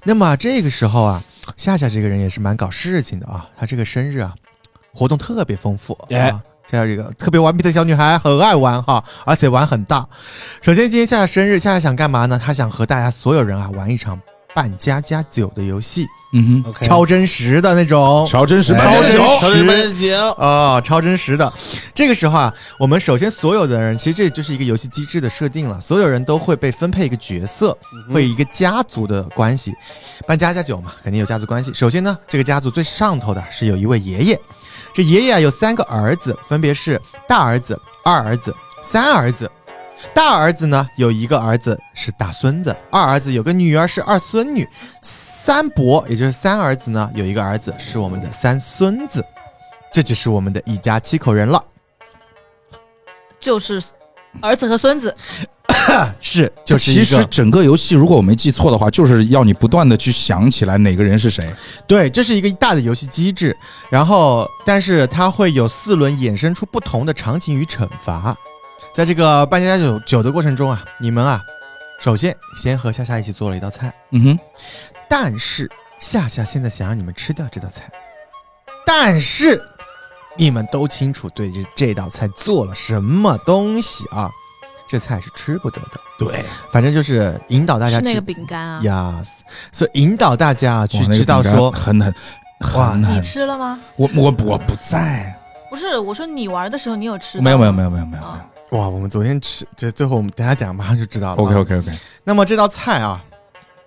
那么这个时候啊，夏夏这个人也是蛮搞事情的啊。她这个生日啊，活动特别丰富
哎
啊。夏夏这个特别顽皮的小女孩，很爱玩哈，而且玩很大。首先，今天夏夏生日，夏夏想干嘛呢？她想和大家所有人啊玩一场扮家家酒的游戏，
嗯哼，
，OK，
超真实的那种。
乔真实
哎
扮
超
家
真
酒，
实
超人班九，
哦，超真实的。这个时候啊，我们首先所有的人，其实这就是一个游戏机制的设定了，所有人都会被分配一个角色，会有一个家族的关系，办家家酒嘛，肯定有家族关系。首先呢，这个家族最上头的是有一位爷爷，这爷爷啊有三个儿子，分别是大儿子、二儿子、三儿子。大儿子呢有一个儿子是大孙子，二儿子有个女儿是二孙女，三伯也就是三儿子呢有一个儿子是我们的三孙子。这就是我们的一家七口人了。
就是儿子和孙子，
是，就是一
其
个
实整个游戏，如果我没记错的话，就是要你不断的去想起来哪个人是谁。
对，这是一个大的游戏机制，然后但是它会有四轮衍生出不同的场景与惩罚。在这个扮家家酒酒的过程中啊，你们啊，首先先和夏夏一起做了一道菜，
嗯哼，
但是夏夏现在想让你们吃掉这道菜，但是你们都清楚对这这道菜做了什么东西啊，这菜是吃不得的。对，反正就是引导大家
是
吃
那个饼干啊？
yes，所以引导大家啊去
哇
知道说。
很很
哇
很
你
很，
吃了吗？
我我我不在，
不是，我说你玩的时候你有吃到吗？
没有没有没有没有没有。
啊
哇，我们昨天吃，这最后我们等下讲，马上就知道了啊。
OK OK OK，
那么这道菜啊，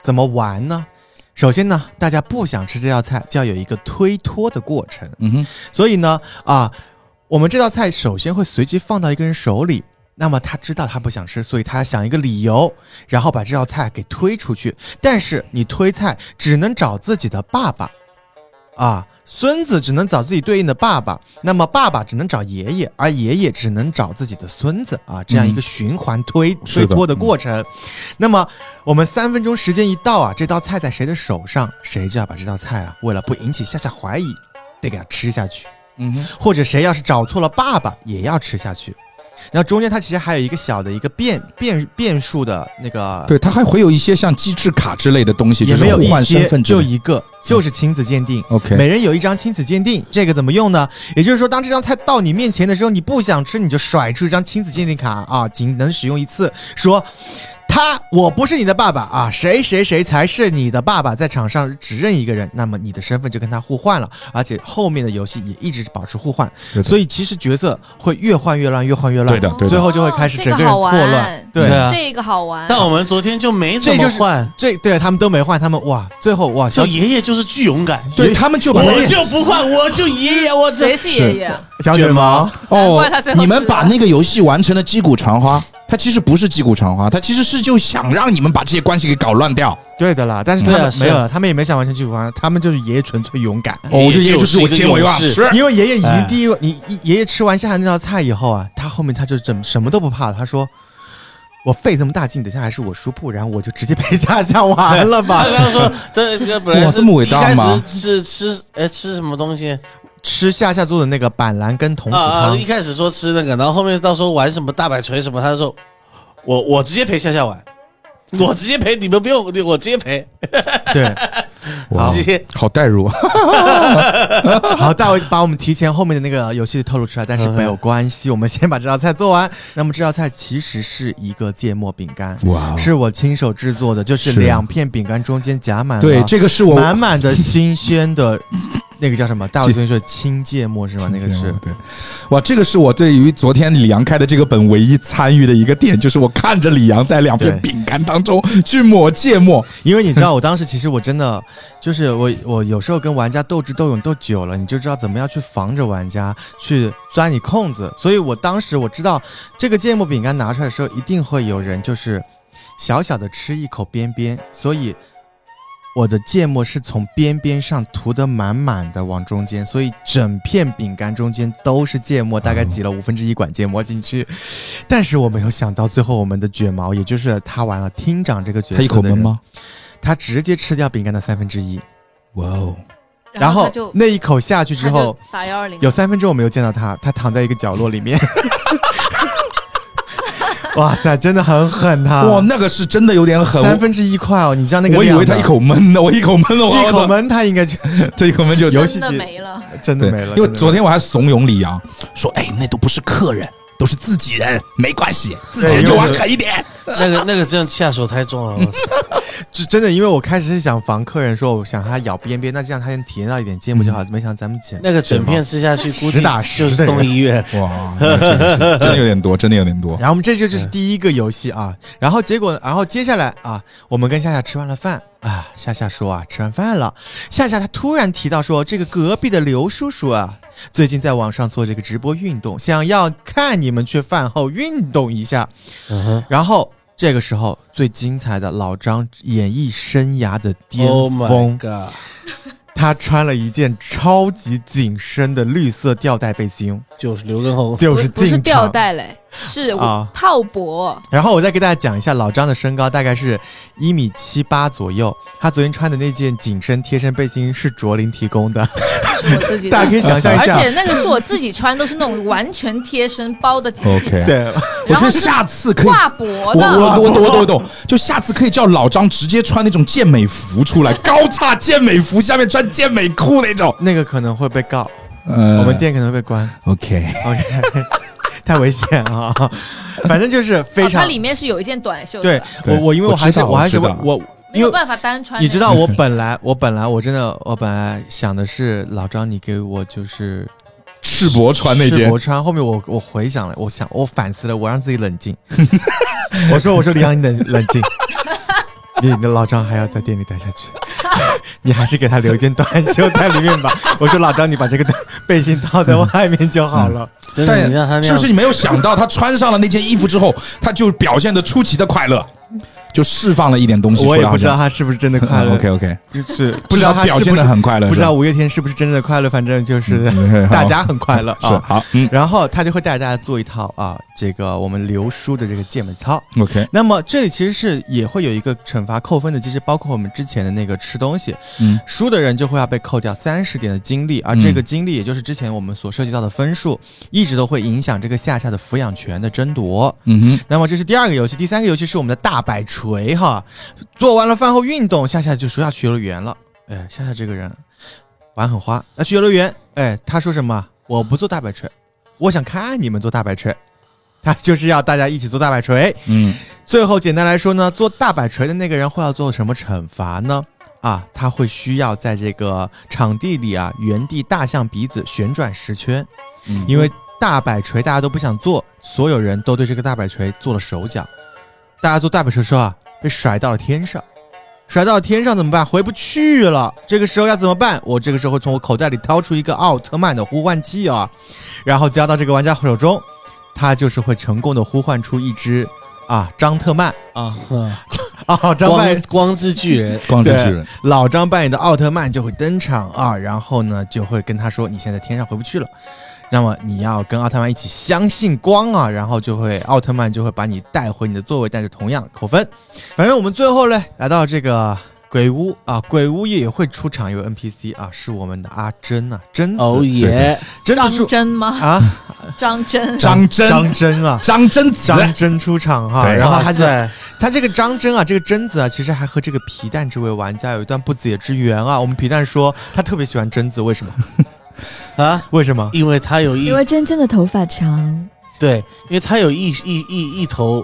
怎么玩呢？首先呢，大家不想吃这道菜，就要有一个推脱的过程。
嗯哼，
所以呢，啊，我们这道菜首先会随机放到一个人手里，那么他知道他不想吃，所以他想一个理由，然后把这道菜给推出去。但是你推菜只能找自己的爸爸，啊，孙子只能找自己对应的爸爸，那么爸爸只能找爷爷，而爷爷只能找自己的孙子啊，这样一个循环推、
是
推
的
脱的过程。那么我们三分钟时间一到啊，这道菜在谁的手上，谁就要把这道菜啊，为了不引起夏夏怀疑，得给他吃下去。
嗯哼，
或者谁要是找错了爸爸，也要吃下去。然后中间它其实还有一个小的一个变变变数的那个，，
对，它还会有一些像机制卡之类的东西，
也
就是
没有
互
一
换身
些，
份之
就
类的。嗯
一个，就是亲子鉴定。每
OK，
人有一张亲子鉴定，这个怎么用呢？也就是说，当这张菜到你面前的时候，你不想吃，你就甩出一张亲子鉴定卡啊，仅能使用一次，说。他，我不是你的爸爸啊，谁谁谁才是你的爸爸，在场上只认一个人，那么你的身份就跟他互换了，而且后面的游戏也一直保持互换，
对的
所以其实角色会越换越乱，越换越乱，
对的对
最
的，
后就会开始
哦
整个人错乱。
这
对
对
个好玩
啊
这个好玩。
但我们昨天就没怎么
这就是
换，
这对他们都没换，他们哇，最后哇，小
小爷爷就是巨勇敢，
对他们就把
我就不换，我就爷爷，我这
谁是爷爷？
小卷毛，
难
哦
怪他最，后
你们
吃了
把那个游戏玩成了击鼓传花，它其实不是击鼓传花，它其实是就想让你们把这些关系给搞乱掉。
对的啦，但是他
对啊
们
是
没有了，他们也没想完成剧光，他们就是爷爷纯粹勇敢。
哦，我就
爷
也
爷
就
就是是
我
一个
今我又要
勇士
吃，
因为爷爷已
哎
经第一个，你一爷爷吃完夏夏那道菜以后啊，他后面他就怎什么都不怕了。他说：“我费这么大劲，等下还是我输，不然我就直接被夏夏完了 吧
他。刚刚说，对，这个本来
哇
是
这么伟
一
大
开始
吗
是吃，哎，吃什么东西？”
吃夏夏做的那个板蓝根童子
啊啊！
汤
一，开始说吃那个，然后后面到时候玩什么大摆锤什么，他就说我我直接陪夏夏玩，我直接陪你们不用，我直接陪，啊
对，
哇哦
直接
好代入啊！
好，大卫把我们提前后面的那个游戏透露出来，但是没有关系，我们先把这道菜做完。那么这道菜其实是一个芥末饼干，
哇
是我亲手制作的，就是
是
两片饼干中间夹满了
对，这个是我
满满的新鲜 的，那个叫什么？大卫同学青芥末是吗？那个是
啊对，哇，这个是我对于昨天李阳开的这个本唯一参与的一个点，就是我看着李阳在两片
对
饼干当中去抹芥末，
因为你知道，我当时其实我真的就是我，我有时候跟玩家斗智斗勇斗久了，你就知道怎么样去防着玩家去钻你空子。所以我当时我知道这个芥末饼干拿出来的时候，一定会有人就是小小的吃一口边边，所以我的芥末是从边边上涂得满满的往中间，所以整片饼干中间都是芥末，大概挤了五分之一管芥末进去。但是我没有想到，最后我们的卷毛，也就是他玩了厅长这个角色，
他一口闷？吗？
他直接吃掉饼干的三分之一，
哇哦，
然
后
后
他就
那一口下去之后
他，就打幺二零，
有三分钟我没有见到他，他躺在一个角落里面。 哇塞，真的很狠他！
哇，那个是真的有点狠，
三分之一块哦，你知道那个
我以
量
为
的
他一口闷呢，我一口闷了，我
一口，闷，他应该就
我这一口闷就
游戏
真的
机
没了。
真的
对
没了。
因为
真的没了
昨天我还怂恿李阳说，哎，那都不是客人，都是自己人，没关系，自己人就玩狠一点。
那个那个真的下手太重了，我操
就真的，因为我开始是想防客人说，我想他咬边边，那这样他能体验到一点芥末就好，没想到咱们剪
那个整片。吃下去，估计
实打实
就是送医院。
哇， 那真的是真的有点多，真的有点多。
然后我们这就
嗯
就是第一个游戏啊，然后结果，然后接下来啊，我们跟夏夏吃完了饭啊，夏夏说啊，吃完饭了，夏夏她突然提到说，这个隔壁的刘叔叔啊，最近在网上做这个直播运动，想要看你们去饭后运动一下，
嗯哼
然后这个时候最精彩的老张演艺生涯的巅
Oh
峰
my god！
她穿了一件超级紧身的绿色吊带背心，
就是刘畊宏，
就
不
是
不是
进
吊
场。
带嘞，是
啊
套脖。
然后我再给大家讲一下老张的身高，大概是一米七八左右。他昨天穿的那件紧身贴身背心是卓林提供的，
是我自己的
大家可以想象一
而
下。
且那个是我自己穿，都是那种完全贴身包的紧哦紧的，
OK，
对，
我
然
觉
后
得
是
下次可以，
挂脖
我我
的。
我我懂我懂我懂，就下次可以叫老张直接穿那种健美服出来，高叉健美服下面穿健美裤那种。
那个可能会被告，
呃
我们店可能会被关。
OK，
OK，太危险啊！反正就是非
哦它
常
里面是有一件短袖
对
的，
对
我我因为
我
我还
知
是
道
我还是
我
我
知道
我
没
因
有
为
办法单穿那个。
你知道 我本来我本来我真的我本来想的是老张你给我就是
赤膊穿那件
我，穿后面我我回想了，我想我反思了，我让自己冷静。 我说我说李阳你冷冷静， 你你老张还要在店里待下去， 你还是给他留一件短袖在里面吧。 我说老张你把这个背心套在外面就好了。
真的，
但
你让他那
是
样
不是你没有想到，他穿上了那件衣服之后，他就表现的出奇的快乐，就释放了一点东西出
我
来。
也不知道他是不是真的快乐。
OK OK，
就是不知道他
表
是
现
不
的
是
很快乐，
不知道
是吧
五月天是不是真正的快乐，反正就是
嗯
大家很快乐
好是
啊。
好，嗯
然后他就会带大家做一套啊，这个我们刘叔的这个健美操。
，OK，
那么这里其实是也会有一个惩罚扣分的机制，包括我们之前的那个吃东西，
嗯
输的人就会要被扣掉三十点的精力，而这个精力也就是之前我们所涉及到的分数，一直都会影响这个夏夏的抚养权的争夺。
嗯
那么这是第二个游戏，第三个游戏是我们的大摆锤哈。做完了饭后运动，夏夏就说要去幼儿园了。哎，夏夏这个人玩很花，要去幼儿园。哎，他说什么？我不做大摆锤，我想看你们做大摆锤。他就是要大家一起做大摆锤。
哼嗯
最后简单来说呢，做大摆锤的那个人会要做什么惩罚呢？啊，他会需要在这个场地里啊，原地大象鼻子旋转十圈。
嗯，
因为大摆锤大家都不想做，所有人都对这个大摆锤做了手脚。大家做大摆锤的时候啊，被甩到了天上，甩到了天上怎么办？回不去了。这个时候要怎么办？我这个时候会从我口袋里掏出一个奥特曼的呼唤器啊，然后交到这个玩家手中，他就是会成功的呼唤出一只啊张特曼
啊，
啊张
光
曼
光之巨人，
光之
对
巨人，
老张扮演的奥特曼就会登场啊，然后呢就会跟他说：“你现在天上回不去了，那么你要跟奥特曼一起相信光啊。”然后就会奥特曼就会把你带回你的座位，但是同样扣分。反正我们最后呢来到这个鬼屋啊，鬼屋也会出场有 NPC 啊，是我们的阿珍啊，贞子，
哦耶，
贞子
张
出
真吗？
啊，
张真，
张真
张真啊。
张真子，
张真出场哈、
对
然后他
哇
就
塞
他这个张真啊，这个贞子啊，其实还和这个皮蛋这位玩家有一段不解之缘啊。我们皮蛋说他特别喜欢贞子，为什么？
啊，
为什么？
因为他有一
因为真正的头发长，
对，因为他有一一一一头。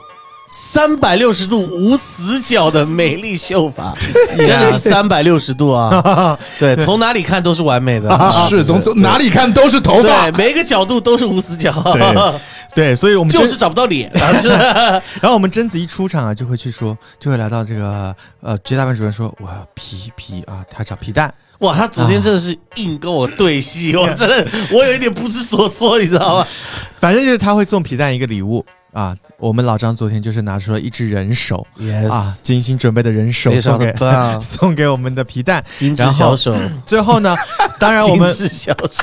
三百六十度无死角的美丽秀发，真的是三百六十度 啊！对，从哪里看都是完美的，
是从从哪里看都是头发
对，，每个角度都是无死角，
对
对，所以我们
就
贞
是，找不到脸，是
然后我们贞子一出场啊，就会去说，就会来到这个呃，接待班主任说，我要皮皮啊，他找皮蛋，
哇，他昨天真的是硬跟我对戏，我真的我有一点不知所措，你知道吗？
反正就是他会送皮蛋一个礼物啊。我们老张昨天就是拿出了一只人手
yes,
啊，，精心准备的人手
非
送
常的
给
棒，
送给我们的皮蛋。
精致
然后
小手，
最 后呢，当然我
精
们
致小手，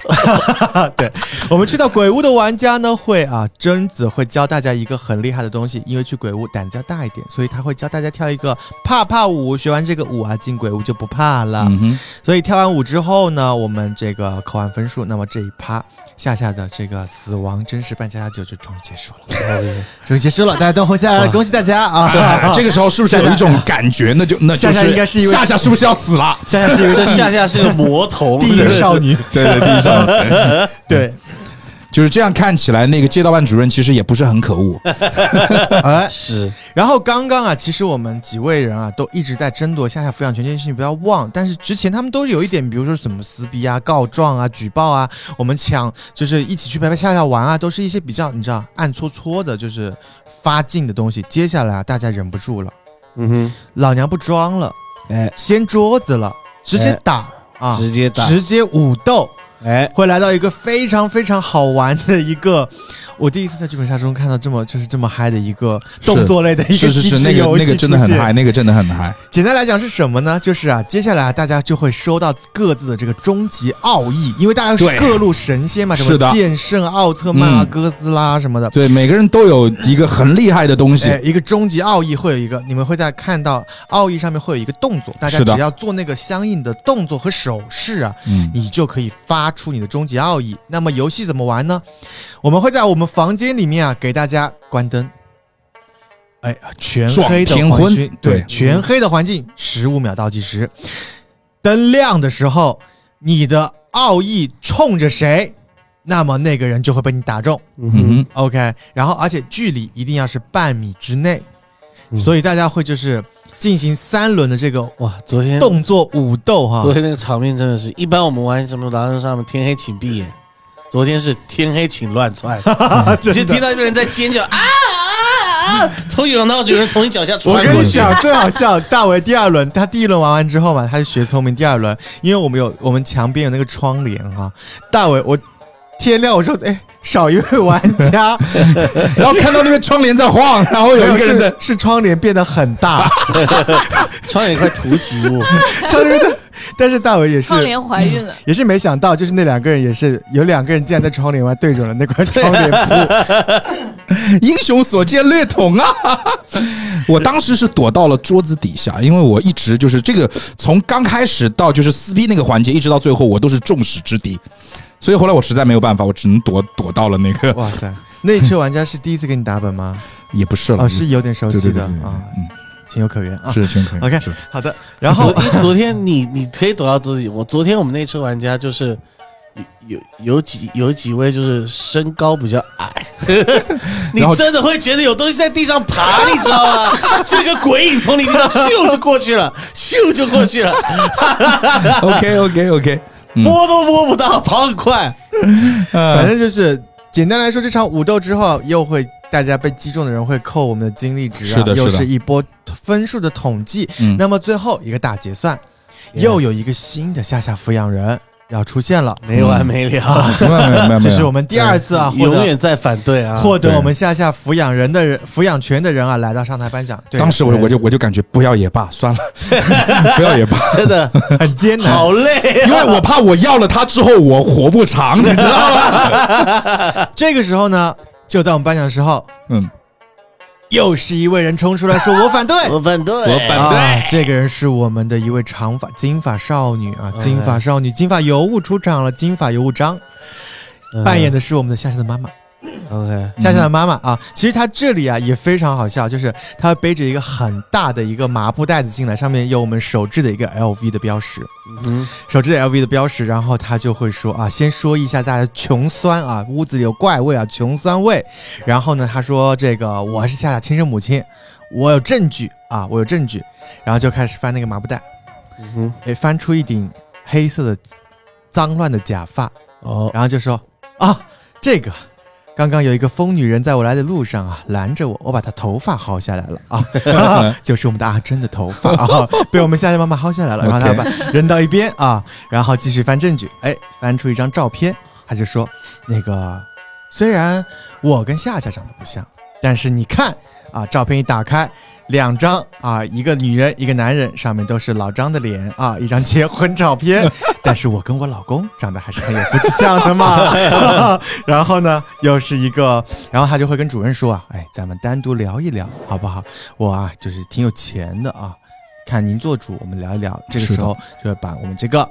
我们去到鬼屋的玩家呢，会啊，贞子会教大家一个很厉害的东西，因为去鬼屋胆子要大一点，所以他会教大家跳一个怕怕舞。学完这个舞啊，进鬼屋就不怕了。
嗯哼，
所以跳完舞之后呢，我们这个扣完分数，那么这一趴夏夏的这个死亡真实扮家家酒就终于结束了，
哦
终于结束了，大家都活下 来了，恭喜大家啊！
这 这个时候是不是有一种感觉？那就那就
夏夏应该是因为
夏夏是不是要死了？
夏夏是一
这
个
夏夏是个魔头，
地狱少女，
对对，地上
对，
就是这样看起来，那个街道办主任其实也不是很可恶。
哎，
是
然后刚刚啊，其实我们几位人啊，都一直在争夺夏夏抚养权这件事情，不要忘。但是之前他们都有一点，比如说什么撕逼啊、告状啊、举报啊，我们抢就是一起去陪陪夏夏玩啊，都是一些比较你知道暗搓搓的，就是发劲的东西。接下来啊，大家忍不住了，
嗯
老娘不装了，呃
哼，哎，
掀桌子了，直接打、啊，
直接打，
直接武斗。
哎，
会来到一个非常非常好玩的一个，我第一次在剧本杀中看到这么就是这么嗨的一个动作类的 一个
是
机
是是，
制
那
游
个
戏
那个真的很
出现
嗨，那个真的很嗨。
简单来讲是什么呢？就是啊，接下来大家就会收到各自的这个终极奥义，因为大家是
对
各路神仙嘛，什
是的
么剑圣、奥特曼啊、
嗯
哥斯拉什么的。
对，每个人都有一个很厉害的东西，
哎，一个终极奥义会有一个，你们会在看到奥义上面会有一个动作，大家
是的
只要做那个相应的动作和手势啊，
嗯，
你就可以发出你的终极奥义。那么游戏怎么玩呢？我们会在我们房间里面啊，给大家关灯。哎，全黑的
爽天
环
昏
境，
对
对，全黑的环境，十五秒倒计时。灯亮的时候，你的奥义冲着谁，那么那个人就会被你打中。
嗯
嗯哼
OK，然后而且距离一定要是半米之内，
嗯
所以大家会就是进行三轮的这个
哇，昨天
动作武斗哈。
昨天那个场面真的是，一般我们玩什么狼人杀嘛，天黑请闭眼，昨天是天黑请乱窜，你就听到一个人在尖叫啊啊啊！从远到有人从你脚下
我
穿
跟
过
你
去，
讲，最好笑。大为第二轮，他第一轮玩完之后嘛，他就学聪明。第二轮，因为我们有我们墙边有那个窗帘哈、大为我天亮我说，哎，少一位玩家，
然后看到那个窗帘在晃，然后
没
有一个人在
是是窗帘变得很 大，
穿了一块图集物，
窗帘变得，但是大为也是
窗帘怀孕了，
也是没想到，就是那两个人也是有两个人竟然在窗帘外对准了那块窗帘 布，
英雄所见略同啊！ 我当时是躲到了桌子底下，因为我一直就是这个，从刚开始到就是撕逼那个环节，一直到最后，我都是众矢之的。所以后来我实在没有办法，我只能躲躲到了那个，
哇塞！那一车玩家是第一次给你打本吗？
也不是了，
哦，是有点熟
对
悉
嗯对对
的
对对
啊，
嗯，
情有可原啊。
是挺可以。
OK，
是
好的，然后
昨天昨天你你可以躲到桌子底，我昨天我们那车玩家就是有有有几有几位就是身高比较矮，你
然后
真的会觉得有东西在地上爬，你知道吗？这个鬼影从你地上咻就过去了，咻就过去了，
OK OK OK，
摸都摸不到，跑很快。
嗯
反正就是简单来说，这场武斗之后，又会大家被击中的人会扣我们的精力值啊，
是的是的
又是一波分数的统计。
嗯
那么最后一个大结算，
Yes
又有一个新的下下抚养人要出现了，
没完没 了，
没有没有没有没
这是我
有，
们第二次啊，获
永
得
远在反对啊！
获得
嗯对
我们下下抚养人的人抚养权的人啊，来到上台颁奖。对，
当时我就我就我就感觉不要也罢，算了，不要也罢。
真的
很艰难，
好累
因为我怕我要了他之后我活不长，你知道吗？
这个时候呢，就在我们颁奖的时候，
嗯，
又是一位人冲出来 说：“我反对，
啊！ 我反对，
我反
啊，这个人是我们的一位长发金发少女啊，金发少女，金发尤物出场了，金发尤物章
嗯
扮演的是我们的夏夏的妈妈，
OK，
夏夏的妈妈啊，其实她这里啊也非常好笑，就是她背着一个很大的一个麻布袋子进来，上面有我们手制的一个 LV 的标识，
嗯，
手制的 LV 的标识，然后她就会说啊，先说一下大家穷酸啊，屋子里有怪味啊，穷酸味，然后呢，她说这个我是夏夏亲生母亲，我有证据啊，我有证据，然后就开始翻那个麻布袋。
嗯哼
哎，翻出一顶黑色的脏乱的假发，
哦，
然后就说：“啊，这个，刚刚有一个疯女人在我来的路上啊，拦着我，我把她头发薅下来了啊啊， 就是我们的阿珍的头发啊， 被我们夏夏妈妈薅下来了，然后她
OK
把扔到一边啊，然后继续翻证据，哎，翻出一张照片，她就说：那个，虽然我跟夏夏长得不像，但是你看啊，照片一打开。”两张啊，一个女人，一个男人，上面都是老张的脸啊，一张结婚照 片。但是我跟我老公长得还是很有夫妻相的嘛。 然后呢，又是一个，然后他就会跟主任说啊，哎，咱们单独聊一聊好不好？我啊，就是挺有钱的啊，看您做主，我们聊一聊。这个
是的
时候就会把我们这个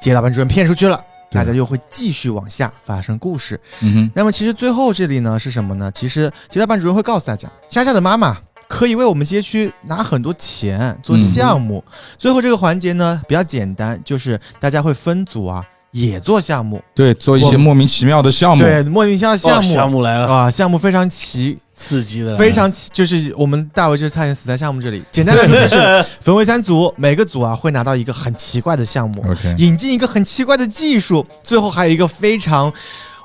街道班主任骗出去了，
对
大家又会继续往下发生故事。
嗯哼，
那么其实最后这里呢是什么呢？其实街道办主任会告诉大家，夏夏的妈妈可以为我们街区拿很多钱做项目。最后这个环节呢比较简单，就是大家会分组啊，也做项目，
对，做一些莫名其妙的项目，
对，莫名其妙的项
哦
目。
项目来了，
啊，项目非常奇，
刺激的来了，
非常奇，就是我们大为就是差点死在项目这里。简单来 说就是分为三组，每个组啊会拿到一个很奇怪的项目，
OK，
引进一个很奇怪的技术，最后还有一个非常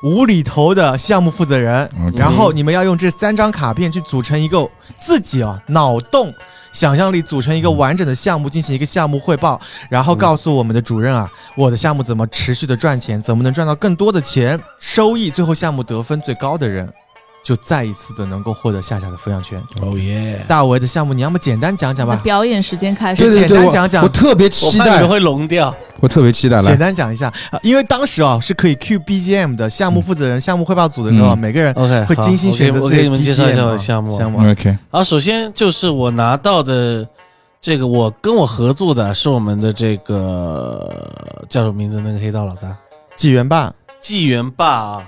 无厘头的项目负责人。
OK
然后你们要用这三张卡片去组成一个自己啊脑洞、想象力组成一个完整的项目，进行一个项目汇报，然后告诉我们的主任啊，我的项目怎么持续的赚钱，怎么能赚到更多的钱，收益，最后项目得分最高的人就再一次的能够获得夏夏的抚养权。
哦耶！
大为的项目，你要么简单讲讲
那
吧，
表演时间开始
对，对对简单
我
讲讲
我特别
我
期
怕你
待
们，会聋掉。
我特别期待
简
来。
单讲一下，呃因为当时啊是可以 Q BGM 的项目负责人、项目汇报组的时候啊，
嗯
每个人
OK，
会精心
哎好我给
选择
我
自
给
己的
你们介绍一下
BGM
我的项目。
项目啊，
OK，
好，首先就是我拿到的这个，我跟我合作的是我们的这个叫什么名字？那个黑道老大
纪元吧，
纪元霸啊。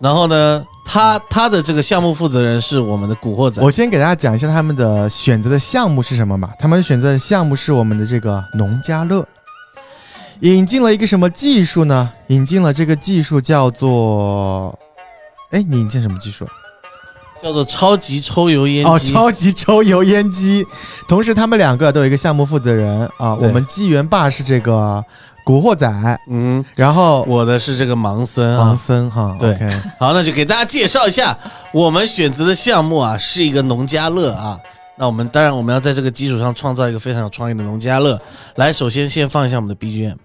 然后呢，他他的这个项目负责人是我们的古惑仔。
我先给大家讲一下他们的选择的项目是什么吧。他们选择的项目是我们的这个农家乐，引进了一个什么技术呢？引进了这个技术叫做，哎，你引进什么技术？
叫做超级抽油烟
哦，
机。
超级抽油烟机。同时，他们两个都有一个项目负责人啊。
对
我们纪元霸是这个古惑仔，
嗯，
然后
我的是这个盲僧啊
王。森哈，
对
OK
好，那就给大家介绍一下我们选择的项目啊，是一个农家乐啊。那我们当然我们要在这个基础上创造一个非常有创意的农家乐。来，首先先放一下我们的 BGM。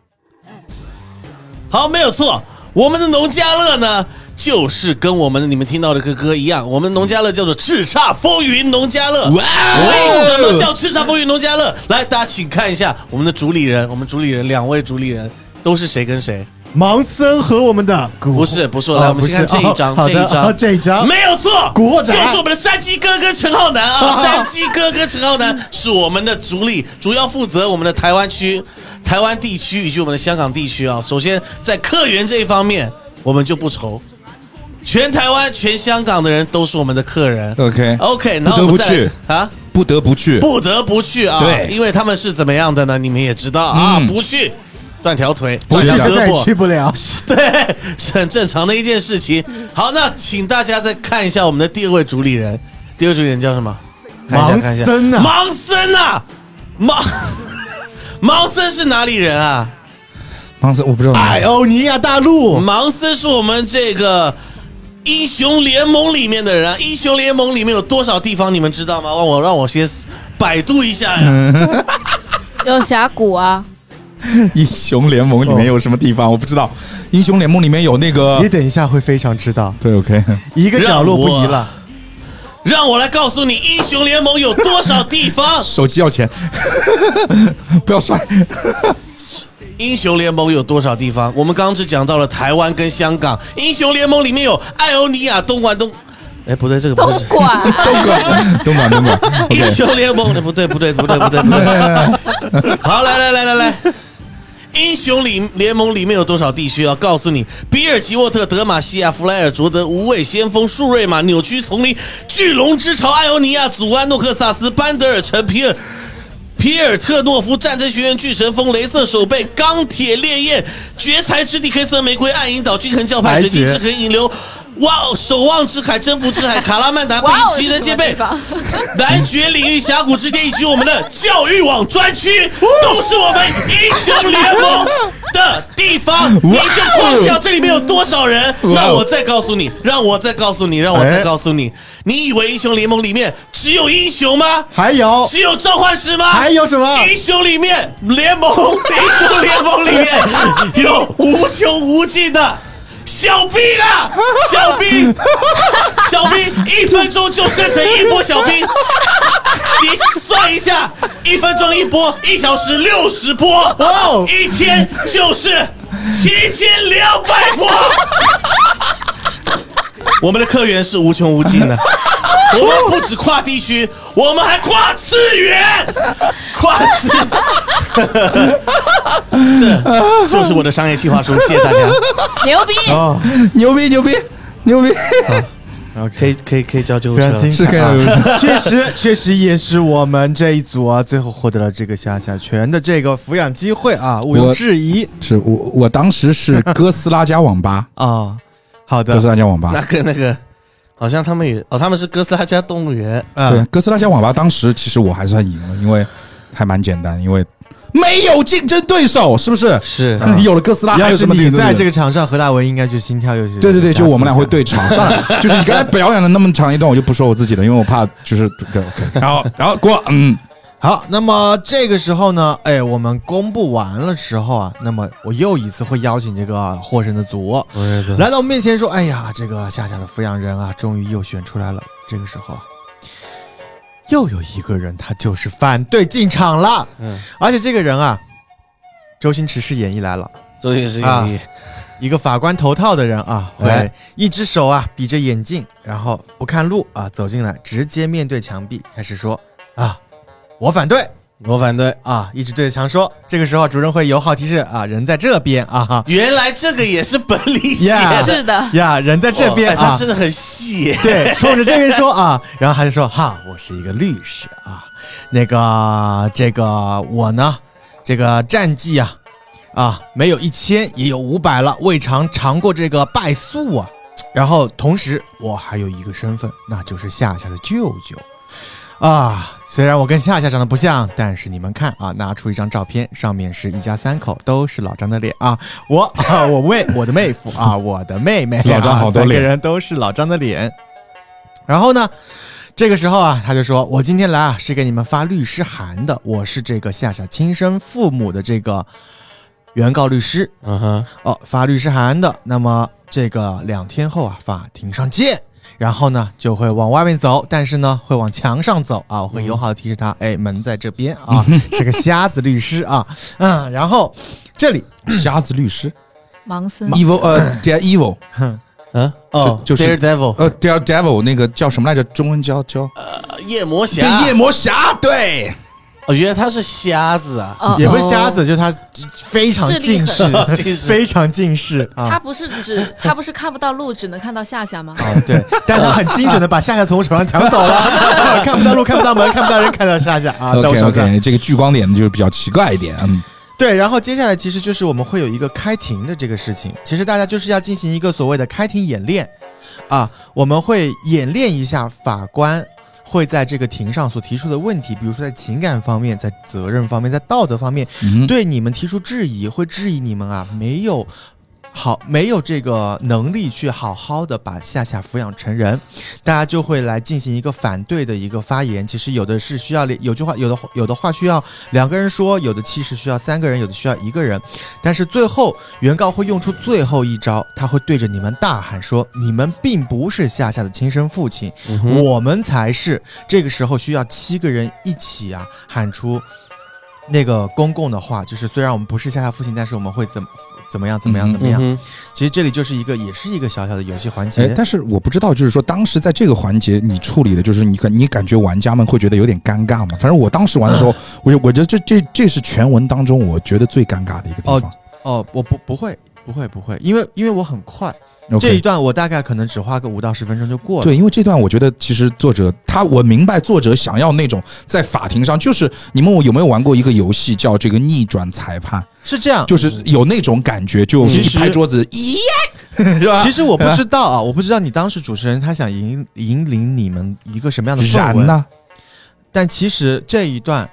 好，没有错，我们的农家乐呢，就是跟我们你们听到的这个歌一样，我们农家乐叫做《叱咤风云农家乐》。为什么叫《叱咤风云农家乐》？来，大家请看一下我们的主理人，我们主理人两位主理人都是谁跟谁？
盲僧和我们的古惑
不是，不是，
哦
来，我们
不
先看
是
这一张，
哦好
这一
的
张
哦，这一张
没有错，
古惑仔
就是我们的山鸡哥哥陈浩南
哦
啊，山鸡哥哥陈浩南是我们的主力，主要负责我们的台湾区、台湾地区以及我们的香港地区啊。首先在客源这一方面，我们就不愁，全台湾、全香港的人都是我们的客人。
OK，
哦
OK，
不
然后
得
我们
不
再
去
来啊，
不得不去。
不得不去啊，
对
因为他们是怎么样的呢？你们也知道啊，
嗯
不去断条腿，
不去
断条
就
胳膊，
去不了。
对，是很正常的一件事情。好，那请大家再看一下我们的第二位主理人，第二位主理人叫什么？
看一下看一盲下僧啊，
盲僧啊，盲 盲僧是哪里人啊？
当时我不知道哪
海
里。
欧尼亚大陆，
盲僧是我们这个英雄联盟里面的人啊。英雄联盟里面有多少地方你们知道吗？让我让我先百度一下
嗯
呀。
有峡谷啊，
英雄联盟里面有什么地方？我不知道。英雄联盟里面有那个
你等一下会非常知道，
对 OK，
一个角落不移了。
让我来告诉你，英雄联盟有多少地 方？
手机要钱， 不要摔。
英雄联盟有多少地方？我们刚刚只讲到了台湾跟香港。英雄联盟里面有爱欧尼亚、东莞东，哎，不对，这个不
东
对。
莞，啊
东莞，东莞，东莞。
英
OK，
雄联盟的不对，不对，不对，不对，不对。好，来来来来来，英雄里联盟里面有多少地区啊？告诉你，比尔吉沃特、德玛西亚、弗莱尔卓德、无畏先锋、树瑞玛、扭曲丛林、巨龙之巢、艾欧尼亚、啊祖安诺克萨斯、班德尔城、皮尔。皮尔特啊诺夫战争学院巨神风、镭射手背、钢铁烈焰、绝才之地、黑色玫瑰、暗影岛、均衡教派、
白
水晶之
绝
痕、引流、哇，守望之海、征服之海、卡拉曼达、贝
哇哦，
奇人戒备
这是什么地、方
男爵领域、峡谷之巅以及我们的教育网专区，都是我们英雄联盟的地方。你就光想这里面有多少人？那我再告诉你，让我再告诉你，让我再告诉你，你以为英雄联盟里面只有英雄吗？
还有
只有召唤师吗？
还有什 么？
英雄里面联盟，英雄联盟里面有无穷无尽的小兵啊，小兵，小兵一分钟就生成一波小兵，你算一下，一分钟一波，一小时六十波，
哦
一天就是七千两百波。 我们的客源是无穷无尽的。 我们不止跨地区，我们还跨次元，跨次。 这就是我的商业计划书，谢谢大家。
牛逼！
哦，
牛逼，牛逼，牛逼！
可以可以可以叫救护
非常精
车。
是
彩、啊
看到，
确实确实也是我们这一组啊，最后获得了这个夏夏全的这个抚养机会啊，毋庸
我
置疑
是我，我当 时是哥斯拉加网吧，
啊。好
哥斯
的，
拉加网吧
那。跟那个好像他们也哦，他们是哥斯拉加动物园。
对
嗯，，
哥斯拉加网吧当时其实我还算赢了，因为还蛮简单，因为没有竞争对手，是不 是？
是
有了哥斯拉，还
要
有
是
什么竞
你
争对
在
手
这个场上，何大为应该就心跳又是
对对对，就我们俩
加速一
会
下
对场，算了，就是你刚才表演了那么长一段，我就不说我自己了，因为我怕就是对 OK。然后然后过，嗯，
好，那么这个时候呢，哎，我们公布完了之后啊，那么我又一次会邀请这个获胜的组
我儿子
来到我面前说：“哎呀，这个夏夏的抚养人啊，终于又选出来了。”这个时候啊，又有一个人他就是反对进场了，
嗯，
而且这个人啊，周星驰饰演一来了。
周星驰
啊
演绎，
一个法官头套的人啊，会
哎
一只手啊比着眼镜，然后不看路啊走进来，直接面对墙壁开始说啊，我反对
我反对。
啊，一直对着墙说。这个时候主任会友好提示啊，人在这边啊哈
原来这个也是本里写
Yeah
的，
是的，
呀，人 在这边
哇哎
啊
他，真的很细耶。
对，冲着这边说啊，然后他就说哈，我是一个律师啊，那个这个我呢，这个战绩啊啊没有一千也有五百了，未尝尝过这个败诉啊。然后同时我还有一个身份，那就是夏夏的舅舅。啊，虽然我跟夏夏长得不像，但是你们看啊，拿出一张照片，上面是一家三口，都是老张的脸啊，我啊，我妹， 我的妹夫啊，我的妹妹啊，
老张好多
三个
脸
人都是老张的脸。然后呢，这个时候啊，他就说：“我今天来啊，是给你们发律师函的，我是这个夏夏亲生父母的这个原告律师
嗯哼，
哦，发律师函的。那么这个两天后啊，法庭上见。”然后呢，就会往外面走，但是呢，会往墙上走啊。我会友好的提示他，
嗯
哎，门在这边 啊，是个瞎子律师啊，嗯，然后这里
瞎子律师
盲
嗯
僧
，evil 呃 d a r evil
嗯，哦，
就就是
Daredevil，
呃 d a r devil 那个叫什么来着？中文叫叫
呃夜魔侠
对。夜魔侠，对，
哦，原来他是瞎子啊。
哦
也不是瞎子，就是他非常
视力
近
很
视，
近视
非常近视啊。
他不是只他不是看不到路，只能看到夏夏吗？
啊，对，但他很精准的把夏夏从我手上抢 走了，看不到路，看不到门，看不到人，看到夏夏啊，在我
OK
手上。
OK，这个聚光点就是比较奇怪一点，嗯，
对，然后接下来其实就是我们会有一个开庭的这个事情，其实大家就是要进行一个所谓的开庭演练啊，我们会演练一下法官。会在这个庭上所提出的问题，比如说在情感方面、在责任方面、在道德方面，
嗯
对你们提出质疑，会质疑你们啊，没有好没有这个能力去好好的把夏夏抚养成人，大家就会来进行一个反对的一个发言。其实有的是需要有句话，有的有的话需要两个人说，有的气势需要三个人，有的需要一个人。但是最后原告会用出最后一招，他会对着你们大喊说：“你们并不是夏夏的亲生父亲，
嗯
我们才是。”这个时候需要七个人一起啊喊出那个公共的话，就是虽然我们不是夏夏父亲，但是我们会怎么怎么样怎么样
嗯哼
怎么样。
嗯哼
其实这里就是一个也是一个小小的游戏环节。
哎，但是我不知道，就是说当时在这个环节你处理的，就是你感你感觉玩家们会觉得有点尴尬吗？反正我当时玩的时
啊
候，我就我觉得这这这是全文当中我觉得最尴尬的一个地方。
哦，我不不会，不会，不会，因为因为我很快
OK
这一段我大概可能只花个五到十分钟就过了。
对，因为这段我觉得其实作者他，我明白作者想要那种在法庭上，就是你们我有没有玩过一个游戏叫这个逆转裁判，
是这样。
就是有那种感觉，就
啊其
一
实
拍桌子，咦，是吧
其？实我不知道啊，我不知道你当时主持人他想引引领你们一个什么样的氛围
燃。呐，
但其实这一段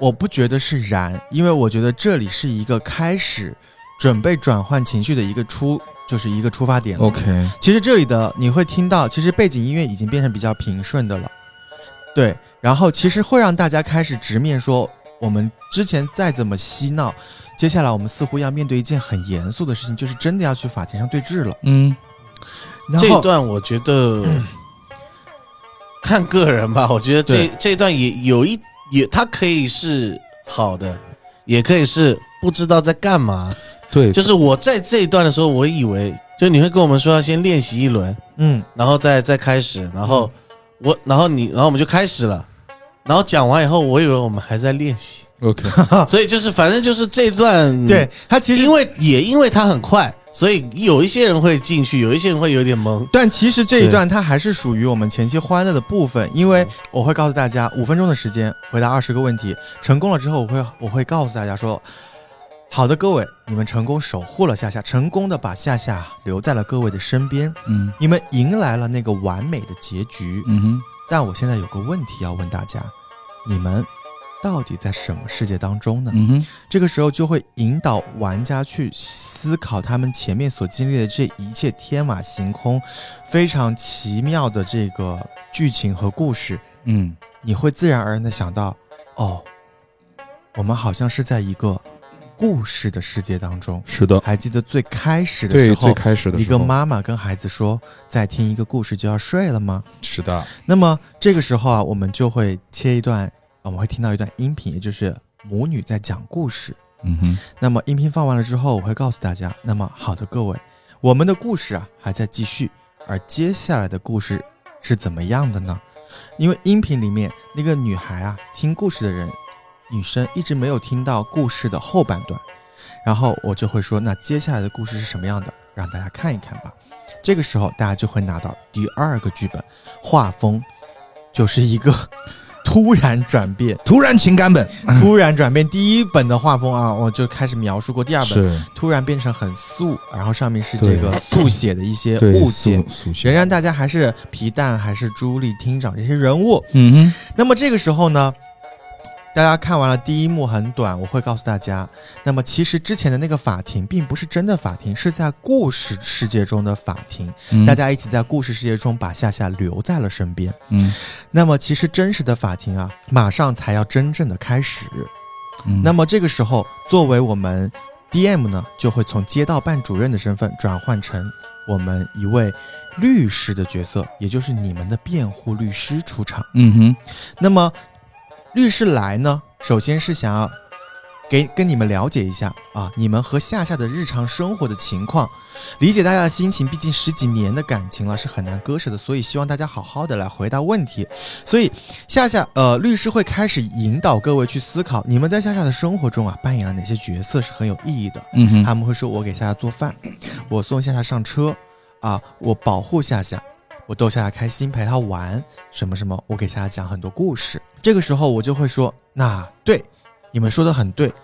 我不觉得是燃，因为我觉得这里是一个开始准备转换情绪的一个出，就是一个出发点了。
OK，
其实这里的你会听到，其实背景音乐已经变成比较平顺的了，对。然后其实会让大家开始直面说，我们之前再怎么嬉闹，接下来我们似乎要面对一件很严肃的事情，就是真的要去法庭上对峙了。
嗯，
然
这一
后
段我觉 得看个人吧，我觉得这这一段也有一也，它可以是好的，也可以是不知道在干嘛。
对，
就是我在这一段的时候，我以为就你会跟我们说要先练习一轮，
嗯，
然后再再开始，然后
嗯
我，然后你，然后我们就开始了。然后讲完以后，我以为我们还在练习，
OK，
所以就是反正就是这段
对，他其实
因为也因为它很快，所以有一些人会进去，有一些人会有点懵。
但其实这一段它还是属于我们前期欢乐的部分，因为我会告诉大家五分钟的时间回答二十个问题，成功了之后我会我会告诉大家说，好的各位，你们成功守护了夏夏，成功的把夏夏留在了各位的身边，
嗯
你们迎来了那个完美的结局。
嗯哼，
但我现在有个问题要问大家，你们到底在什么世界当中呢？
嗯哼。
这个时候就会引导玩家去思考他们前面所经历的这一切天马行空、非常奇妙的这个剧情和故事，
嗯
你会自然而然的想到，哦，我们好像是在一个故事的世界当中。
是的，
还记得最开始的
对，
时候
最，开始的
一
时
个
候，
妈妈跟孩子说，在听一个故事就要睡了吗？
是的，
那么这个时候啊，我们就会切一段，我们会听到一段音频，也就是母女在讲故事。
嗯哼，
那么音频放完了之后，我会告诉大家。那么好的，各位，我们的故事啊还在继续，而接下来的故事是怎么样的呢？因为音频里面那个女孩啊，听故事的人，女生一直没有听到故事的后半段，然后我就会说，那接下来的故事是什么样的，让大家看一看吧。这个时候大家就会拿到第二个剧本，画风就是一个 突然转变，
突然情感本
突然转变。第一本的画风啊，我就开始描述过，第二本
是
突然变成很素，然后上面是这个
对
速写的一些
对
物件，
属属性
仍然大家还是皮蛋，还是朱莉厅长这些人物。
嗯
那么这个时候呢，大家看完了第一幕很短，我会告诉大家。那么其实之前的那个法庭并不是真的法庭，是在故事世界中的法庭，
哼，
大家一起在故事世界中把夏夏留在了身边。
嗯，
那么其实真实的法庭啊，马上才要真正的开始。
嗯
那么这个时候，作为我们 DM 呢，就会从街道办主任的身份转换成我们一位律师的角色，也就是你们的辩护律师出场。
嗯哼，
那么律师来呢，首先是想要给跟你们了解一下啊，你们和夏夏的日常生活的情况，理解大家的心情，毕竟十几年的感情了是很难割舍的，所以希望大家好好的来回答问题。所以夏夏呃，律师会开始引导各位去思考，你们在夏夏的生活中啊扮演了哪些角色是很有意义的。
嗯哼，
他们会说：“我给夏夏做饭，我送夏夏上车，啊，我保护夏夏，我逗夏夏开心，陪她玩，什么什么，我给夏夏讲很多故事。”这个时候我就会说：“那对，你们说的很对，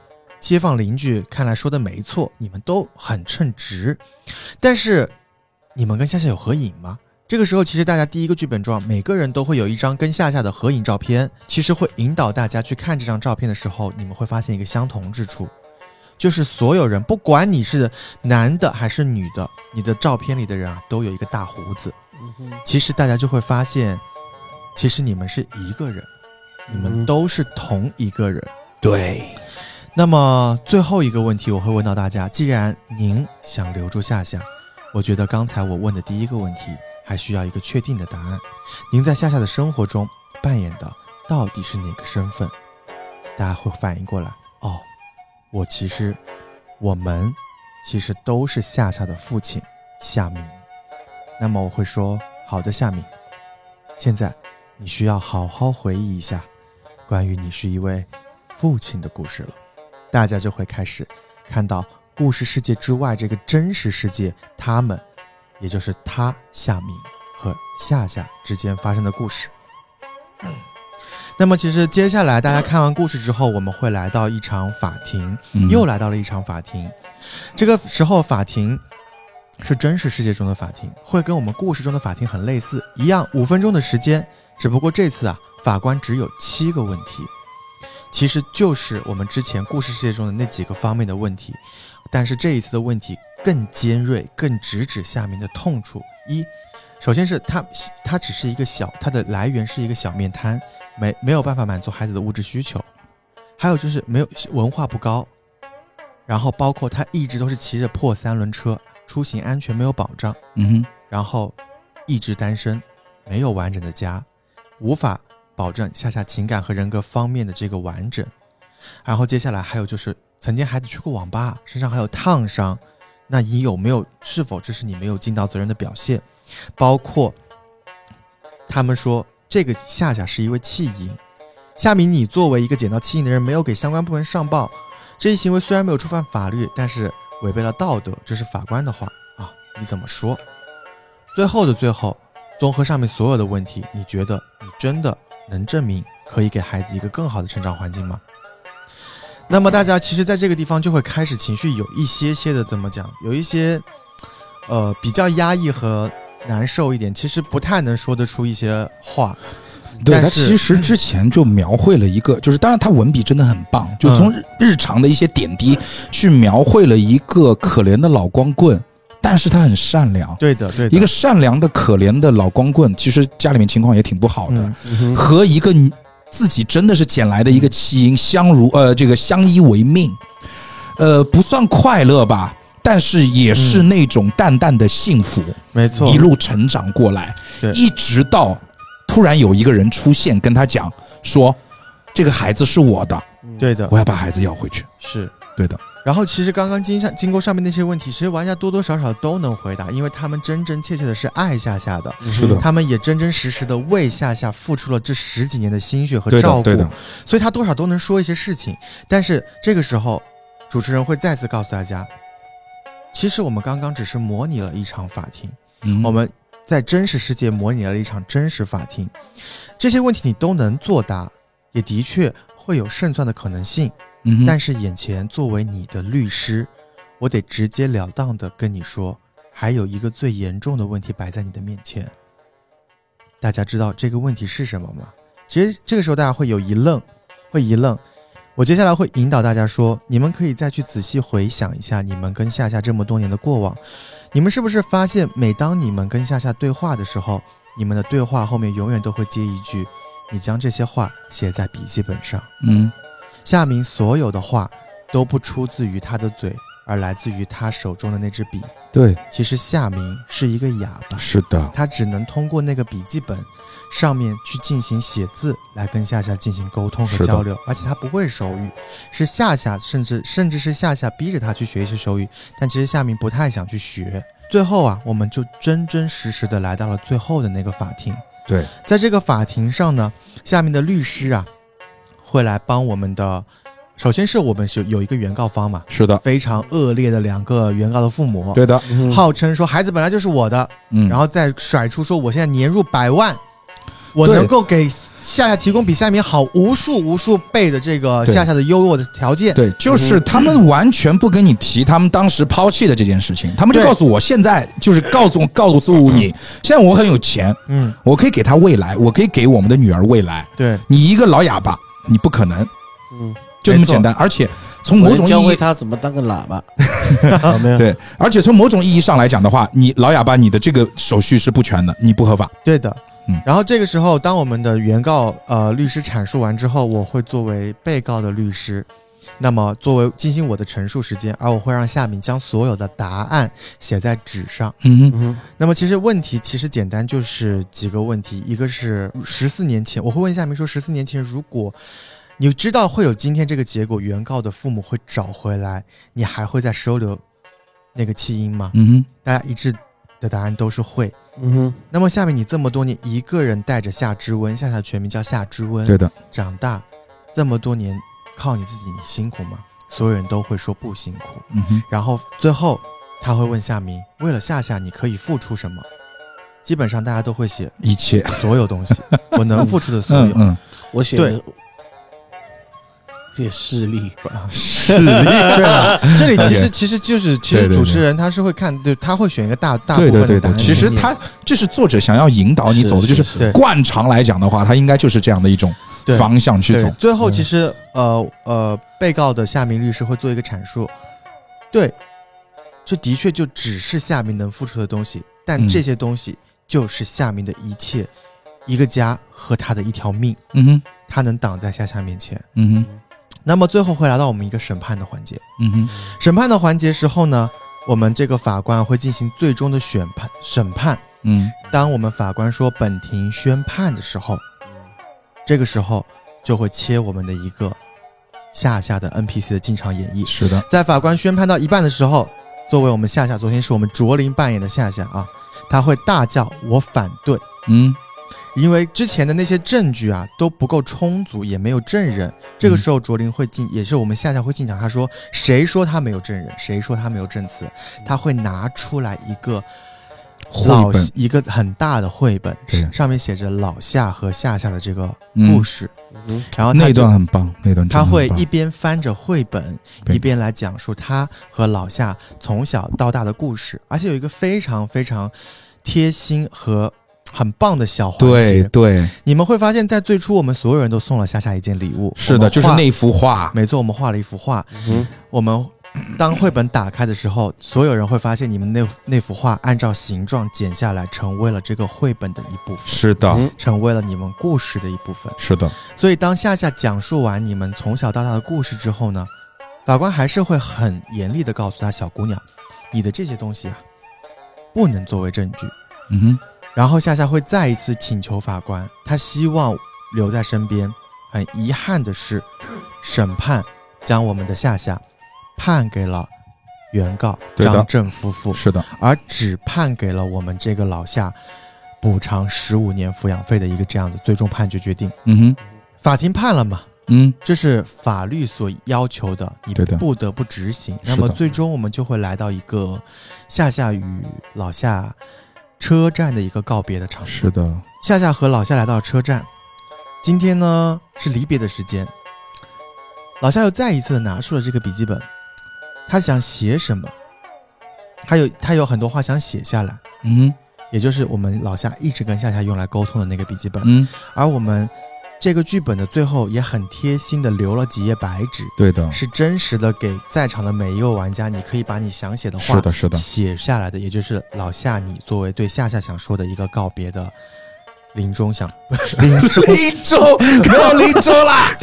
街坊邻居看来说的没错，你们都很称职，但是你们跟夏夏有合影吗？”这个时候，其实大家第一个剧本中啊，每个人都会有一张跟夏夏的合影照片。其实会引导大家去看这张照片的时候，你们会发现一个相同之处，就是所有人，不管你是男的还是女的，你的照片里的人啊，都有一个大胡子。其实大家就会发现，其实你们是一个人，你们
嗯
都是同一个人。
对，
那么最后一个问题，我会问到大家：既然您想留住夏夏，我觉得刚才我问的第一个问题还需要一个确定的答案。您在夏夏的生活中扮演的到底是哪个身份？大家会反应过来，哦，我其实，我们其实都是夏夏的父亲夏明。那么我会说，好的，夏明，现在你需要好好回忆一下关于你是一位父亲的故事了。大家就会开始看到故事世界之外这个真实世界，他们，也就是他夏明和夏夏之间发生的故事。那么，其实接下来大家看完故事之后，我们会来到一场法庭，
嗯
又来到了一场法庭。这个时候，法庭是真实世界中的法庭，会跟我们故事中的法庭很类似，一样五分钟的时间，只不过这次啊，法官只有七个问题，其实就是我们之前故事世界中的那几个方面的问题，但是这一次的问题更尖锐，更直指下面的痛处。一，首先是它它只是一个小，它的来源是一个小面摊，没没有办法满足孩子的物质需求，还有就是没有文化不高，然后包括他一直都是骑着破三轮车，出行安全没有保障。
嗯
然后一直单身，没有完整的家，无法保证夏夏情感和人格方面的这个完整。然后接下来还有就是，曾经孩子去过网吧，身上还有烫伤，那你有没有是否这是你没有尽到责任的表现？包括他们说这个夏夏是一位弃婴，夏明，你作为一个捡到弃婴的人，没有给相关部门上报，这一行为虽然没有触犯法律，但是违背了道德，这是法官的话啊，你怎么说？最后的最后，综合上面所有的问题，你觉得你真的能证明可以给孩子一个更好的成长环境吗？那么大家其实在这个地方就会开始情绪有一些些的怎么讲，有一些，呃，比较压抑和难受一点，其实不太能说得出一些话。
哼，对
但
他
是
其实之前就描绘了一 个，就是当然他文笔真的很棒，
嗯
就从日日常的一些点滴去描绘了一个可怜的老光棍，但是他很善良。
对的，对的，
一个善良的可怜的老光棍，其实家里面情况也挺不好的，
嗯
嗯哼
和一个女自己真的是捡来的一个弃婴，相如呃这个相依为命，呃不算快乐吧，但是也是那种淡淡的幸福，
没错
一，路成长过来
嗯对，
一直到突然有一个人出现跟他讲说，这个孩子是我的，
对的
我，要把孩子要回去，
是。
对的，
然后其实刚刚经上经过上面那些问题，其实玩家多多少少都能回答，因为他们真真切切的是爱夏夏的，
是的
嗯他们也真真实实的为夏夏付出了这十几年的心血和
对
照
的
顾，
对的，
所以他多少都能说一些事情。但是这个时候，主持人会再次告诉大家，其实我们刚刚只是模拟了一场法庭，
嗯
我们在真实世界模拟了一场真实法庭，这些问题你都能作答，也的确会有胜算的可能性。
嗯哼
但是眼前作为你的律师，我得直截了当的跟你说，还有一个最严重的问题摆在你的面前。大家知道这个问题是什么吗？其实这个时候大家会有一愣，会一愣。我接下来会引导大家说，你们可以再去仔细回想一下你们跟夏夏这么多年的过往，你们是不是发现，每当你们跟夏夏对话的时候，你们的对话后面永远都会接一句：“你将这些话写在笔记本上。”
嗯
夏明所有的话都不出自于他的嘴，而来自于他手中的那支笔。
对
其实夏明是一个哑巴，
是的，
他只能通过那个笔记本上面去进行写字，来跟夏夏进行沟通
是
和
的
交流，而且他不会手语，是夏夏甚至甚至是夏夏逼着他去学一些手语，但其实夏明不太想去学。最后啊，我们就真真实实的来到了最后的那个法庭。
对，
在这个法庭上呢，下面的律师啊会来帮我们的，首先是我们是有一个原告方嘛，
是的，
非常恶劣的两个原告的父母，
对的，
号称说孩子本来就是我的，
嗯，
然后再甩出说我现在年入百万，我
对
能够给夏夏提供比夏明好无数无数倍的这个
对
夏夏的优渥的条件。
对，就是他们完全不跟你提他们当时抛弃的这件事情，他们就
对
告诉我，现在就是告诉我，告诉你，现在我很有钱，
嗯，
我可以给他未来，我可以给我们的女儿未来。
对，
你一个老哑巴，你不可能，
嗯，
就这
没
么
错
简单。而且从
我
某
能
种
教
意
会
义，
他怎么当个喇叭，有没有？
对，而且从某种意义上来讲的话，你老哑巴，你的这个手续是不全的，你不合法。
对的。
嗯
然后这个时候，当我们的原告呃律师阐述完之后，我会作为被告的律师，那么作为进行我的陈述时间，而我会让夏敏将所有的答案写在纸上。
嗯哼，
嗯
那么其实问题其实简单，就是几个问题，一个是十四年前，我会问夏明说，十四年前如果你知道会有今天这个结果，原告的父母会找回来，你还会再收留那个弃婴吗？
嗯哼，
大家一致的答案都是会。
嗯哼，
那么下面你这么多年一个人带着夏之温，夏夏全名叫夏之温，
对的，
长大这么多年靠你自己，你辛苦吗？所有人都会说不辛苦。
嗯哼，
然后最后他会问夏明，为了夏夏你可以付出什么？基本上大家都会写
一切，
所有东西，我能付出的所
嗯
有。
嗯，
我写
对
写视力，
嗯是的，
对了，这里其
OK
实其实就是其
对
实
对对
主持人他是会看，对，他会选一个大大部
对对
分
对
的答
对，
案
其实
给你
他这是作者想要引导你走的，就是
是
对
惯常来讲的话，它应该就是这样的一种
对
方向去
对，
走。
最后
嗯
其实、呃呃，被告的夏明律师会做一个阐述，对，这的确就只是夏明能付出的东西，但
嗯
这些东西就是夏明的一切，一个家和他的一条命，
嗯哼，
他能挡在夏夏面前。
嗯哼，
那么最后会来到我们一个审判的环节，
嗯哼，
审判的环节时候呢，我们这个法官会进行最终的选判审判。
嗯
当我们法官说本庭宣判的时候，这个时候就会切我们的一个夏夏的 NPC 的进场演绎。
是的，
在法官宣判到一半的时候，作为我们夏夏，昨天是我们卓林扮演的夏夏啊，他会大叫“我反对
嗯”，
因为之前的那些证据啊都不够充足，也没有证人。这
嗯
个时候卓林会进，也是我们夏夏会进场，他说：“谁说他没有证人？谁说他没有证词？”他会拿出来一个
嗯绘
老
本
一个很大的绘本，
对
上面写着老夏和夏夏的这个
嗯
故事，
嗯
然后他
那
就
段很棒，那段真的
他
很
会
棒
一边翻着绘本，
对
一边来讲述他和老夏从小到大的故事，而且有一个非常非常贴心和很棒的小环
对
节。
对，
你们会发现在最初，我们所有人都送了夏夏一件礼物，
是
我们
的，就是
画
那幅画，嗯
没错，我们画了一幅画，
哼
我们当绘本打开的时候，所有人会发现你们那那幅画按照形状剪下来，成为了这个绘本的一部分，
是的，
嗯
成为了你们故事的一部分。
是的，
所以当夏夏讲述完你们从小到大的故事之后呢，法官还是会很严厉的告诉她：“小姑娘，你的这些东西啊，不能作为证据。
嗯哼，
然后夏夏会再一次请求法官，她希望留在身边。很遗憾的是，审判将我们的夏夏判给了原告
对的
张震夫妇，
是的，
而只判给了我们这个老夏补偿十五年抚养费的一个这样的最终判决决定。
嗯哼，
法庭判了嘛，
嗯，
这是法律所要求的，你
对的
不得不执行。
是的
那么最终我们就会来到一个夏夏与老夏车站的一个告别的场
是
所。
的，
夏夏和老夏来到车站，今天呢是离别的时间。老夏又再一次的拿出了这个笔记本，他想写什么？他有他有很多话想写下来，
嗯哼
也就是我们老夏一直跟夏夏用来沟通的那个笔记本。
嗯，
而我们这个剧本的最后也很贴心的留了几页白纸，
对的，
是真实的给在场的每一个玩家，你可以把你想写的话
是的， 是的，
写下来的，也就是老夏你作为对夏夏想说的一个告别的临终想，临终临终没有临终啦，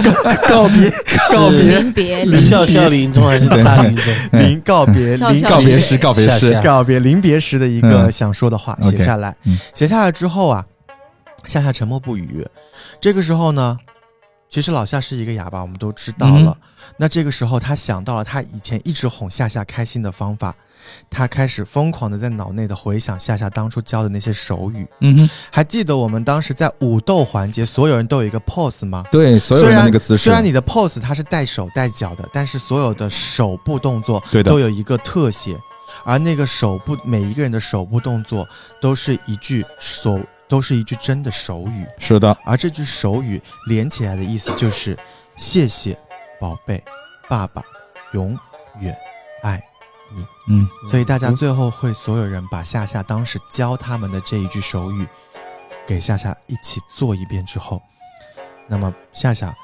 告别告别
临别
临
笑笑林中还是大林中？
哎
临告别
笑
临
嗯笑
告 别
是
式，告别
下
式
下，
告别临别时的一个
哎嗯
想说的话
OK，
写下来
嗯，
写下来之后啊，夏夏沉默不语。这个时候呢，其实老夏是一个哑巴，我们都知道
嗯
了。那这个时候，他想到了他以前一直哄夏夏开心的方法，他开始疯狂的在脑内的回想夏夏当初教的那些手语。
嗯哼，
还记得我们当时在武斗环节，所有人都有一个 pose 吗？
对，所有
虽
人的
然
那个姿势
虽，然你的 pose 它是带手带脚的，但是所有的手部动作
对的
都有一个特写，而那个手部每一个人的手部动作都是一句手都是一句真的手语，
是的，
而这句手语连起来的意思就是谢谢宝贝，爸爸永远爱。
嗯，
所以大家最后会所有人把夏夏当时教他们的这一句手语给夏夏一起做一遍之后，那么夏夏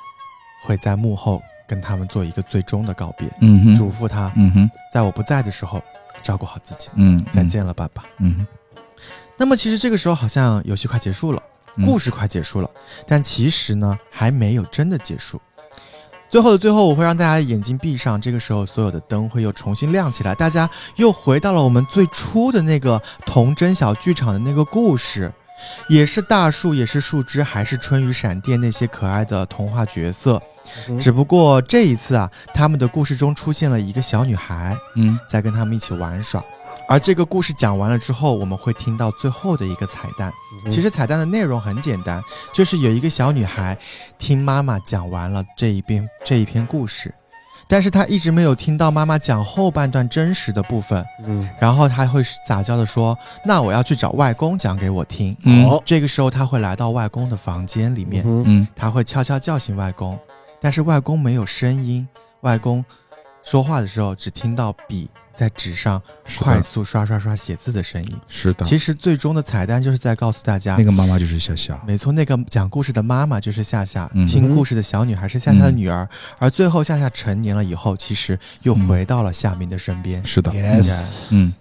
会在幕后跟他们做一个最终的告别，
嗯哼，
嘱咐他
嗯哼，
在我不在的时候照顾好自己，
嗯，
再，见了，爸爸。
嗯哼，
那么其实这个时候好像游戏快结束了，
嗯
故事快结束了，但其实呢还没有真的结束。最后的最后，我会让大家眼睛闭上，这个时候所有的灯会又重新亮起来，大家又回到了我们最初的那个童真小剧场的那个故事。也是大树，也是树枝，还是春雨闪电那些可爱的童话角色，
嗯
只不过这一次啊，他们的故事中出现了一个小女孩，
嗯，
再跟他们一起玩耍。而这个故事讲完了之后，我们会听到最后的一个彩蛋。其实彩蛋的内容很简单，就是有一个小女孩听妈妈讲完了这一篇这一篇故事，但是她一直没有听到妈妈讲后半段真实的部分。
嗯，
然后她会撒娇的说：“那我要去找外公讲给我听。
嗯
好，
这个时候，她会来到外公的房间里面，
嗯
嗯，
他会悄悄叫醒外公，但是外公没有声音。外公说话的时候，只听到笔在纸上
是
快
的，
速刷刷刷写字的声音。
是的，
其实最终的彩蛋就是在告诉大家
那，个妈妈就是夏夏，
没错，那个讲故事的妈妈就是夏夏，
嗯
听故事的小女孩是夏夏的女儿，而最后夏夏成年了以后，其实又回到了夏明的身边。
是的，
，yes，
嗯，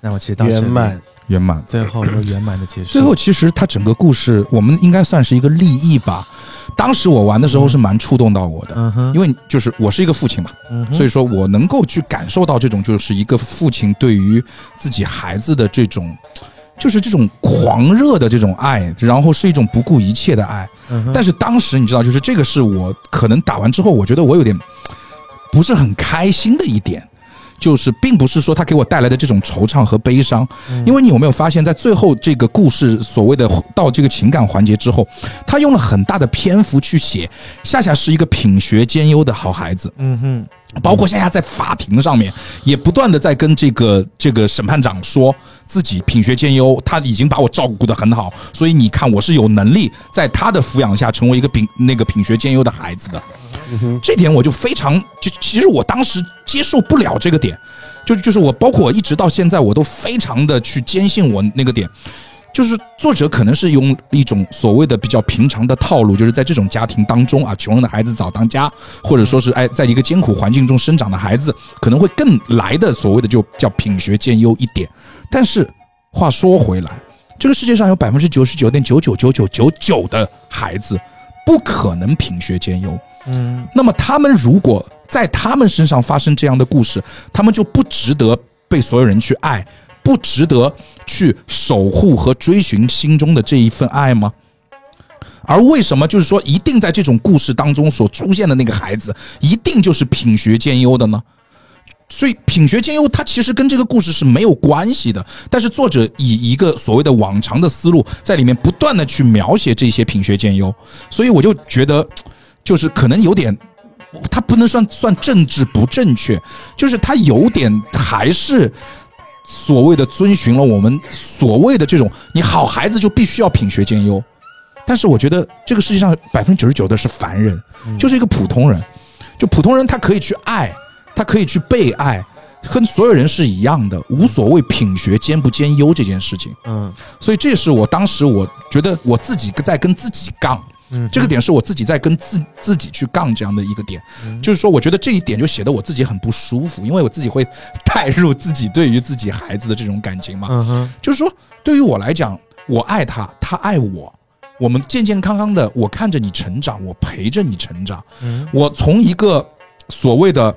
那么其实到这
圆
里
满，
圆满。
最后又圆满的结束。
最后，其实它整个故事，我们应该算是一个立意吧。当时我玩的时候是蛮触动到我的，
嗯哼，
因为就是我是一个父亲嘛，
嗯哼
所以说我能够去感受到这种就是一个父亲对于自己孩子的这种，就是这种狂热的这种爱，然后是一种不顾一切的爱。
嗯哼
但是当时你知道，就是这个是我可能打完之后，我觉得我有点不是很开心的一点。就是，并不是说他给我带来的这种惆怅和悲伤，
嗯
因为你有没有发现，在最后这个故事所谓的到这个情感环节之后，他用了很大的篇幅去写夏夏是一个品学兼优的好孩子，
嗯哼，
包括夏夏在法庭上面也不断的在跟这个这个审判长说自己品学兼优，他已经把我照顾得很好，所以你看我是有能力在他的抚养下成为一个品那个品学兼优的孩子的。这点我就非常就其实我当时接受不了这个点，就就是我包括我一直到现在我都非常的去坚信我那个点。就是作者可能是用一种所谓的比较平常的套路，就是在这种家庭当中啊，穷人的孩子早当家，或者说是哎，在一个艰苦环境中生长的孩子，可能会更来的所谓的就叫品学兼优一点。但是话说回来，这个世界上有百分之九十九点九九九九九九的孩子不可能品学兼优，
嗯，
那么他们如果在他们身上发生这样的故事，他们就不值得被所有人去爱，不值得去守护和追寻心中的这一份爱吗？而为什么就是说一定在这种故事当中所出现的那个孩子，一定就是品学兼优的呢？所以品学兼优，它其实跟这个故事是没有关系的。但是作者以一个所谓的往常的思路，在里面不断的去描写这些品学兼优，所以我就觉得，就是可能有点，它不能算算政治不正确，就是它有点还是所谓的遵循了我们所谓的这种，你好孩子就必须要品学兼优。但是我觉得这个世界上百分之九十九的是凡人，就是一个普通人，就普通人他可以去爱，他可以去被爱，跟所有人是一样的，无所谓品学兼不兼优这件事情。
嗯
所以这是我当时我觉得我自己在跟自己杠，
嗯，
这个点是我自己在跟自自己去杠这样的一个点，就是说我觉得这一点就写得我自己很不舒服，因为我自己会 带入自己对于自己孩子的这种感情嘛，
嗯哼，
就是说对于我来讲，我爱他，他爱我。我们健健康康的，我看着你成长，我陪着你成长。
嗯
我从一个所谓的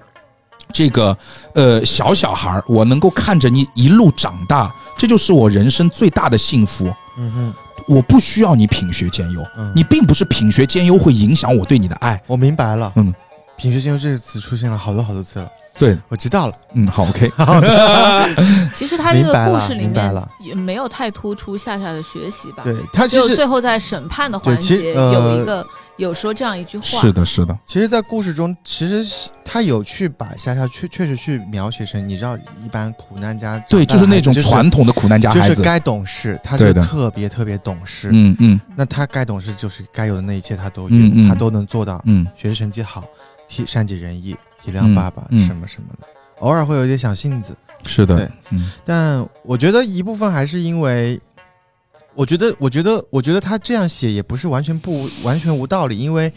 这个呃小小孩儿，我能够看着你一路长大，这就是我人生最大的幸福。
嗯哼，
我不需要你品学兼优，
嗯
你并不是品学兼优会影响我对你的爱。
我明白了。
嗯
嗯，品学兼优这个词出现了好多好多次了，
对，
我知道了。
嗯，好，OK，
其实他这
明
个
白
故
了
事里
明白
面
了
也没有太突出夏夏的学习 吧，
对他
只
其
有
实
最后在审判的环
对其实
节
呃
有一个有说这样一句话，
是的，是的，
其实，在故事中，其实是他有去把夏夏确确实去描写成，你知道，一般苦难家长
对，
大
就
的
是那
孩子
种传统的苦难家
就
孩
是
子。
该懂事，他
对
就
的
特别特别懂事。
嗯嗯
那他该懂事，就是该有的那一切他都有，
嗯嗯
他都能做到。
嗯
学习成绩好，体善解人意，体
嗯
谅爸爸、
嗯
什么什么的，偶尔会有点小性子，
是的
对，
嗯
但我觉得一部分还是因为，我觉得，我觉得，我觉得他这样写也不是完全不完全无道理，因为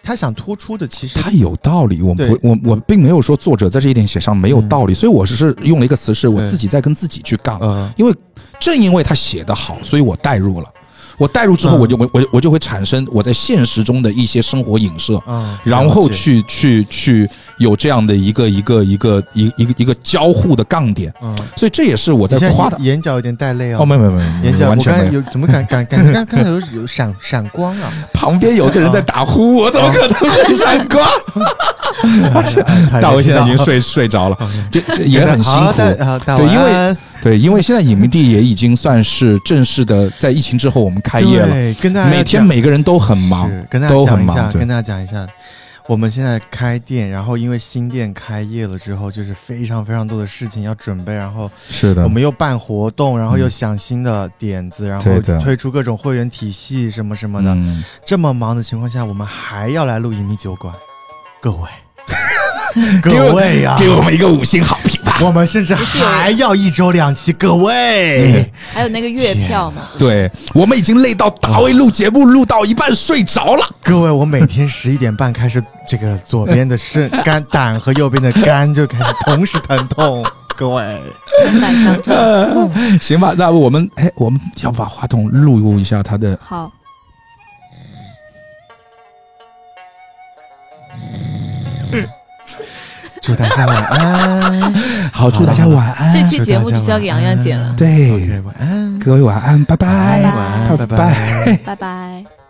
他想突出的其实
他有道理，我不，我我并没有说作者在这一点写上没有道理，所以我只是用了一个词是我
对
自己在跟自己去杠，
呃，
因为正因为他写得好，所以我代入了，我代入之后，
嗯
我就我我我就会产生我在现实中的一些生活影射，
嗯，
呃然后
了解，
去去去有这样的一个一个一个一一个一个交互的杠点，
嗯，
所以这也是我在
你现
夸他。
眼角有点带泪
哦，
哦，
没有没有没有没有，
眼角
完
我
全
刚
没有。
有怎么感感感觉刚刚才有有闪闪光啊，
旁边有个人在打呼，我怎么可能会 闪光？ 大卫现在已经睡睡着了，这这也很辛
好
苦。
的好的，
对因为
晚安
对，因为现在影迷地也已经算是正式的，在疫情之后我们开业了，
对，跟大家
哎每天
讲
每个人都很忙
是，跟大
都
家
很
讲一
忙
下，
对
跟大家讲一下，我们现在开店，然后因为新店开业了之后，就是非常非常多的事情要准备，然后
是的
我，们又办活动，然后又
嗯
想新的点子，然
对
后
的
推出各种会员体系什么什么的。
嗯，
这么忙的情况下，我们还要来录影迷酒馆，各 位，
给我
各位呀、
给我们一个五星好评 吧。
我们甚至
是有
还要一周两期，各位，
还有那个月票
哎
嘛，不是
对我们已经累到大卫录节目录到一半睡着了，
各位，我每天十一点半开始，这个左边的肾肝胆和右边的肝就开始同时疼痛。各位，
肝胆相照。
行吧？那我们哎，我们要把话筒录入一下他的
好，
祝大家晚安。
好，祝大家晚
哎
安。
这期节目就交给洋洋姐了，
对
啊 OK，晚安，
哎各位晚安，拜
晚
拜
安，晚安，
拜
拜拜。
拜拜。